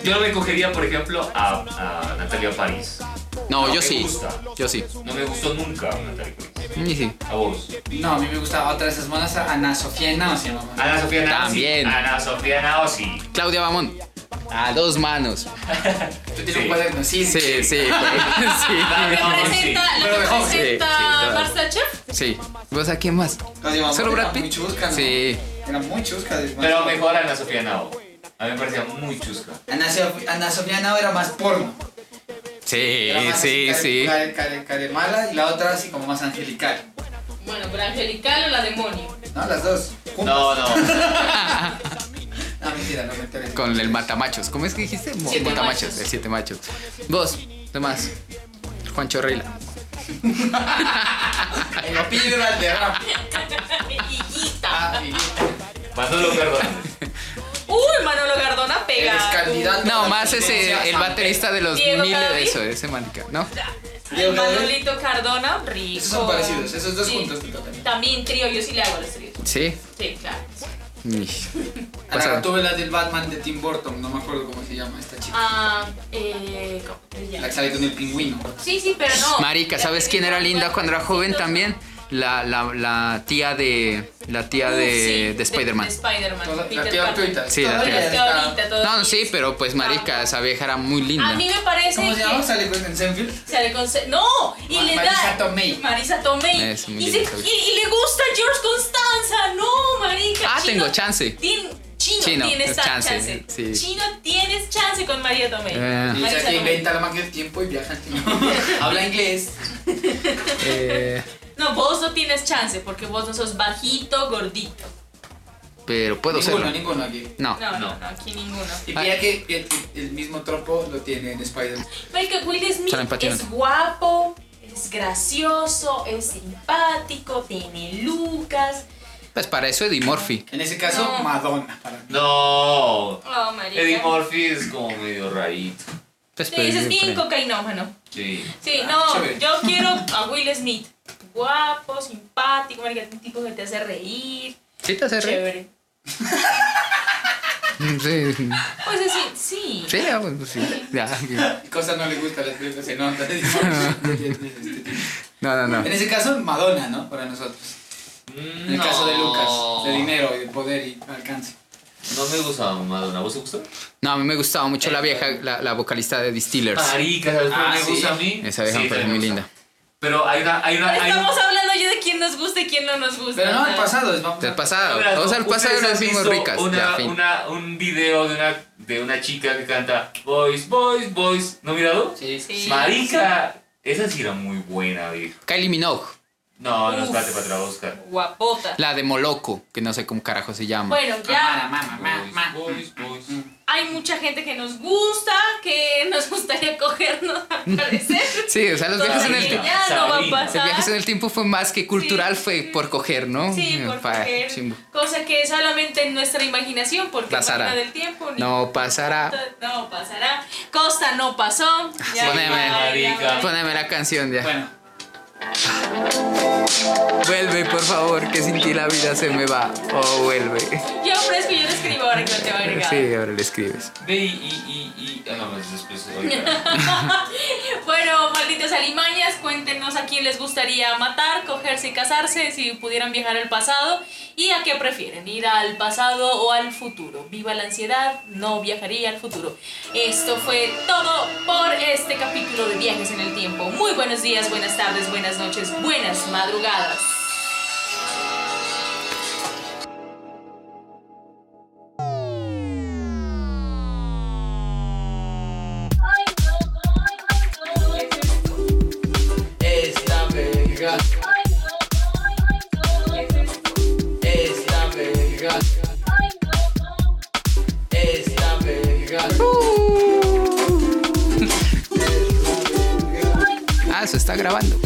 Speaker 3: Yo recogería, por ejemplo, a, a Natalia París.
Speaker 4: No,
Speaker 3: No,
Speaker 4: yo
Speaker 3: me
Speaker 4: sí.
Speaker 3: gusta.
Speaker 4: Yo sí.
Speaker 3: No me gustó nunca Natalia París.
Speaker 4: Y sí.
Speaker 3: A vos.
Speaker 5: No, a mí me gustaba otra de esas monas, Ana Sofía Nao se llamaba.
Speaker 3: Ana Sofía Naosi.
Speaker 4: También.
Speaker 3: Ana Sofía Naosi.
Speaker 4: Claudia Bamón. A dos manos.
Speaker 5: Tú tienes
Speaker 3: Sí.
Speaker 5: un cuaderno, sí,
Speaker 4: Sí, pues, sí, sí.
Speaker 2: Lo
Speaker 3: Ah,
Speaker 2: que
Speaker 3: sí.
Speaker 2: presenta, lo
Speaker 5: Pero
Speaker 2: que
Speaker 5: de Hawks,
Speaker 4: sí, sí,
Speaker 2: presenta
Speaker 4: claro.
Speaker 2: Masterchef.
Speaker 4: Sí. ¿Vos a quién más? ¿Solo Brad
Speaker 5: Muy
Speaker 4: Pitt?
Speaker 5: chusca, ¿no?
Speaker 4: Sí.
Speaker 5: Era muy chusca. además.
Speaker 3: Pero mejor Ana Sofía Nao. A mí me parecía muy chusca.
Speaker 5: Ana, Sof- Ana Sofía Nao era más porno.
Speaker 4: Sí,
Speaker 5: Era más
Speaker 4: Eh, sí,
Speaker 5: así,
Speaker 4: sí.
Speaker 5: care- care- care- mala y la otra así como más angelical.
Speaker 9: Bueno, pero Angelical o la demonio.
Speaker 5: ¿No? Las dos. Cum-
Speaker 3: No, no.
Speaker 5: No, mentira, no me interesa.
Speaker 4: Con el matamachos. ¿Cómo es que dijiste? Mo-
Speaker 9: Siete
Speaker 4: matamachos.
Speaker 9: machos.
Speaker 4: El siete machos. Vos, demás. Juan Chorrela.
Speaker 5: El papillo era el de rap.
Speaker 9: Higuita.
Speaker 5: Ah, Miguel,
Speaker 3: Manolo Cardona.
Speaker 2: Uy, Manolo Gardona
Speaker 5: eres
Speaker 2: pega.
Speaker 5: candidato a
Speaker 4: No,
Speaker 5: la
Speaker 4: más ese,
Speaker 5: presidencia.
Speaker 4: el baterista de los
Speaker 2: Diego
Speaker 4: mil.
Speaker 2: Cadavid.
Speaker 4: Eso, ese manica, ¿no?
Speaker 5: Diego Cadavid.
Speaker 2: Manolito Cardona, rico.
Speaker 5: Esos son parecidos, esos dos
Speaker 2: Sí.
Speaker 5: juntos. Tito, también.
Speaker 2: También trío, yo sí le hago a los tríos.
Speaker 4: Sí.
Speaker 2: Sí, claro.
Speaker 4: Y-
Speaker 5: Ahora
Speaker 4: Pasa-
Speaker 5: Ah, tuve la del Batman de Tim Burton, no me acuerdo cómo se llama esta chica.
Speaker 2: Ah, eh, ¿cómo se
Speaker 5: La
Speaker 2: llama?
Speaker 5: que sale con el pingüino.
Speaker 2: Sí, sí, pero no.
Speaker 4: Marica, ¿sabes quién era linda cuando era joven también? La, la, la tía de. La tía
Speaker 2: Sí,
Speaker 4: de, de Spider-Man.
Speaker 2: De, Spider-Man.
Speaker 5: Toda- La
Speaker 2: Peter
Speaker 5: tía
Speaker 2: Parker.
Speaker 5: Tuita.
Speaker 4: Sí, la
Speaker 5: Todavía
Speaker 4: tía.
Speaker 5: está-
Speaker 2: Hasta ahorita, todo
Speaker 4: No,
Speaker 2: bien.
Speaker 4: sí, pero pues marica, esa vieja era muy
Speaker 2: A
Speaker 4: linda.
Speaker 2: mí me parece
Speaker 5: ¿Cómo se llama?
Speaker 2: que
Speaker 5: ¿Sale con en Zenfield?
Speaker 2: sale con se- no y
Speaker 5: Ma-
Speaker 2: le da
Speaker 5: Marisa Tomei.
Speaker 2: Marisa Tomei
Speaker 4: Es muy
Speaker 2: y, se-
Speaker 4: linda esa
Speaker 2: y- y le gusta George Constanza no marica
Speaker 4: Ah,
Speaker 2: Chino-
Speaker 4: tengo chance.
Speaker 2: Tien- Chino,
Speaker 4: Chino,
Speaker 2: tienes
Speaker 4: es
Speaker 2: ta-
Speaker 4: chance,
Speaker 2: chance.
Speaker 4: sí.
Speaker 2: Chino, tienes chance con María Tomei.
Speaker 4: Eh.
Speaker 5: Y
Speaker 2: Marisa
Speaker 5: esa que
Speaker 2: Tomei.
Speaker 5: inventa la máquina del tiempo y viaja. Habla inglés.
Speaker 4: Eh,
Speaker 2: No, vos no tienes chance porque vos no sos bajito, gordito.
Speaker 4: pero puedo ser.
Speaker 5: Ninguno, ninguno aquí.
Speaker 4: No.
Speaker 2: No, no, no,
Speaker 3: No.
Speaker 2: aquí ninguno.
Speaker 5: Y
Speaker 4: Ah.
Speaker 5: pilla que, pilla que el mismo tropo lo tiene en Spider-Man.
Speaker 2: Marica, Will Smith
Speaker 4: Salen patinando.
Speaker 2: es guapo, es gracioso, es simpático, tiene lucas.
Speaker 4: Pues para eso Eddie Murphy.
Speaker 5: En ese caso,
Speaker 2: No.
Speaker 5: Madonna. Para mí.
Speaker 3: No.
Speaker 2: Oh, marica.
Speaker 3: Eddie Murphy es como medio rarito.
Speaker 4: Pues,
Speaker 2: Sí, ese es bien
Speaker 4: pero-
Speaker 2: cocainómano.
Speaker 3: Sí.
Speaker 2: Sí,
Speaker 5: Ah,
Speaker 2: no,
Speaker 5: chévere.
Speaker 2: yo quiero a Will Smith. Guapo, simpático, marica, un tipo que te hace reír.
Speaker 4: ¿Sí te hace reír?
Speaker 2: Chévere.
Speaker 4: Sí.
Speaker 2: Pues así, sí.
Speaker 4: Sí, ah, bueno, sí. Ya.
Speaker 5: Y Cosa no le gusta a las películas, se nota. en
Speaker 4: No, no, no.
Speaker 5: ese caso, Madonna, ¿no? Para nosotros. En el caso de Lucas, de dinero y de poder y alcance.
Speaker 3: No me gustaba Madonna. ¿Vos te gustó?
Speaker 4: No, a mí me gustaba mucho la vieja, la, la vocalista de Distillers.
Speaker 3: Marica, ¿sabes cuál
Speaker 5: Ah,
Speaker 3: me
Speaker 5: sí.
Speaker 3: gusta a mí?
Speaker 4: Esa vieja me
Speaker 3: Sí,
Speaker 4: parece
Speaker 3: me
Speaker 4: muy
Speaker 3: gusta.
Speaker 4: linda.
Speaker 3: Pero hay una. Hay una hay un-
Speaker 2: Estamos hablando ya de quién nos gusta y quién no nos gusta.
Speaker 5: Pero no,
Speaker 2: ¿no?
Speaker 5: el pasado es vamos.
Speaker 4: Del
Speaker 5: a-
Speaker 4: pasado.
Speaker 3: Verás,
Speaker 4: O sea, el pasado
Speaker 3: ¿ustedes
Speaker 4: lo
Speaker 3: han
Speaker 4: decimos
Speaker 3: visto
Speaker 4: ricas.
Speaker 3: Una,
Speaker 4: Ya, fin.
Speaker 3: una- un video de una, de una chica que canta Boys, Boys, Boys. ¿No mirado?
Speaker 5: Sí,
Speaker 2: Sí.
Speaker 3: Marica, esa sí era muy buena, viejo.
Speaker 4: Kylie Minogue,
Speaker 3: No, no,
Speaker 2: Uf.
Speaker 3: espérate para atrás, Oscar.
Speaker 2: Guapota.
Speaker 4: la de Moloco, que no sé cómo carajo se llama.
Speaker 2: Bueno,
Speaker 5: Mamá,
Speaker 2: ya
Speaker 5: mamá,
Speaker 3: Boys,
Speaker 5: mamá.
Speaker 3: Boys, Boys.
Speaker 5: Mm.
Speaker 2: hay mucha gente que nos gusta, que nos gustaría cogernos al parecer.
Speaker 4: Sí, o sea, los viajes en el
Speaker 2: Todavía
Speaker 4: tiempo.
Speaker 2: ya no va a
Speaker 3: Sabrina.
Speaker 4: Los viajes en
Speaker 2: pasar.
Speaker 4: el tiempo fue más que cultural,
Speaker 2: Sí.
Speaker 4: fue por coger, ¿no?
Speaker 2: Sí, por
Speaker 4: Pa-
Speaker 2: coger.
Speaker 4: chimbo.
Speaker 2: Cosa que solamente en nuestra imaginación, porque
Speaker 4: Pasará.
Speaker 2: máquina del tiempo. ni-
Speaker 4: No pasará. Ah,
Speaker 2: No pasará. Costa no pasó. Ya,
Speaker 4: Poneme.
Speaker 2: ya, ya, ya.
Speaker 4: Póneme la canción ya.
Speaker 5: Bueno,
Speaker 4: Vuelve, por favor, que sin ti la vida se me va. Oh, vuelve.
Speaker 2: Yo ofrezco y yo te escribo ahora que no te va a agregar.
Speaker 4: Sí, ahora le escribes.
Speaker 3: Ve y, y, y, y- Ah, no, pues después. ahorita.
Speaker 2: Bueno, malditos alimañas, cuéntenos a quién les gustaría matar, cogerse y casarse, si pudieran viajar al pasado y a qué prefieren, ir al pasado o al futuro. Viva la ansiedad, no viajaría al futuro. Esto fue todo por este capítulo de Viajes en el Tiempo. Muy buenos días, buenas tardes, buenas noches, buenas madrugadas.
Speaker 5: esta verga, esta verga, esta verga.
Speaker 4: Ah, eso está grabando.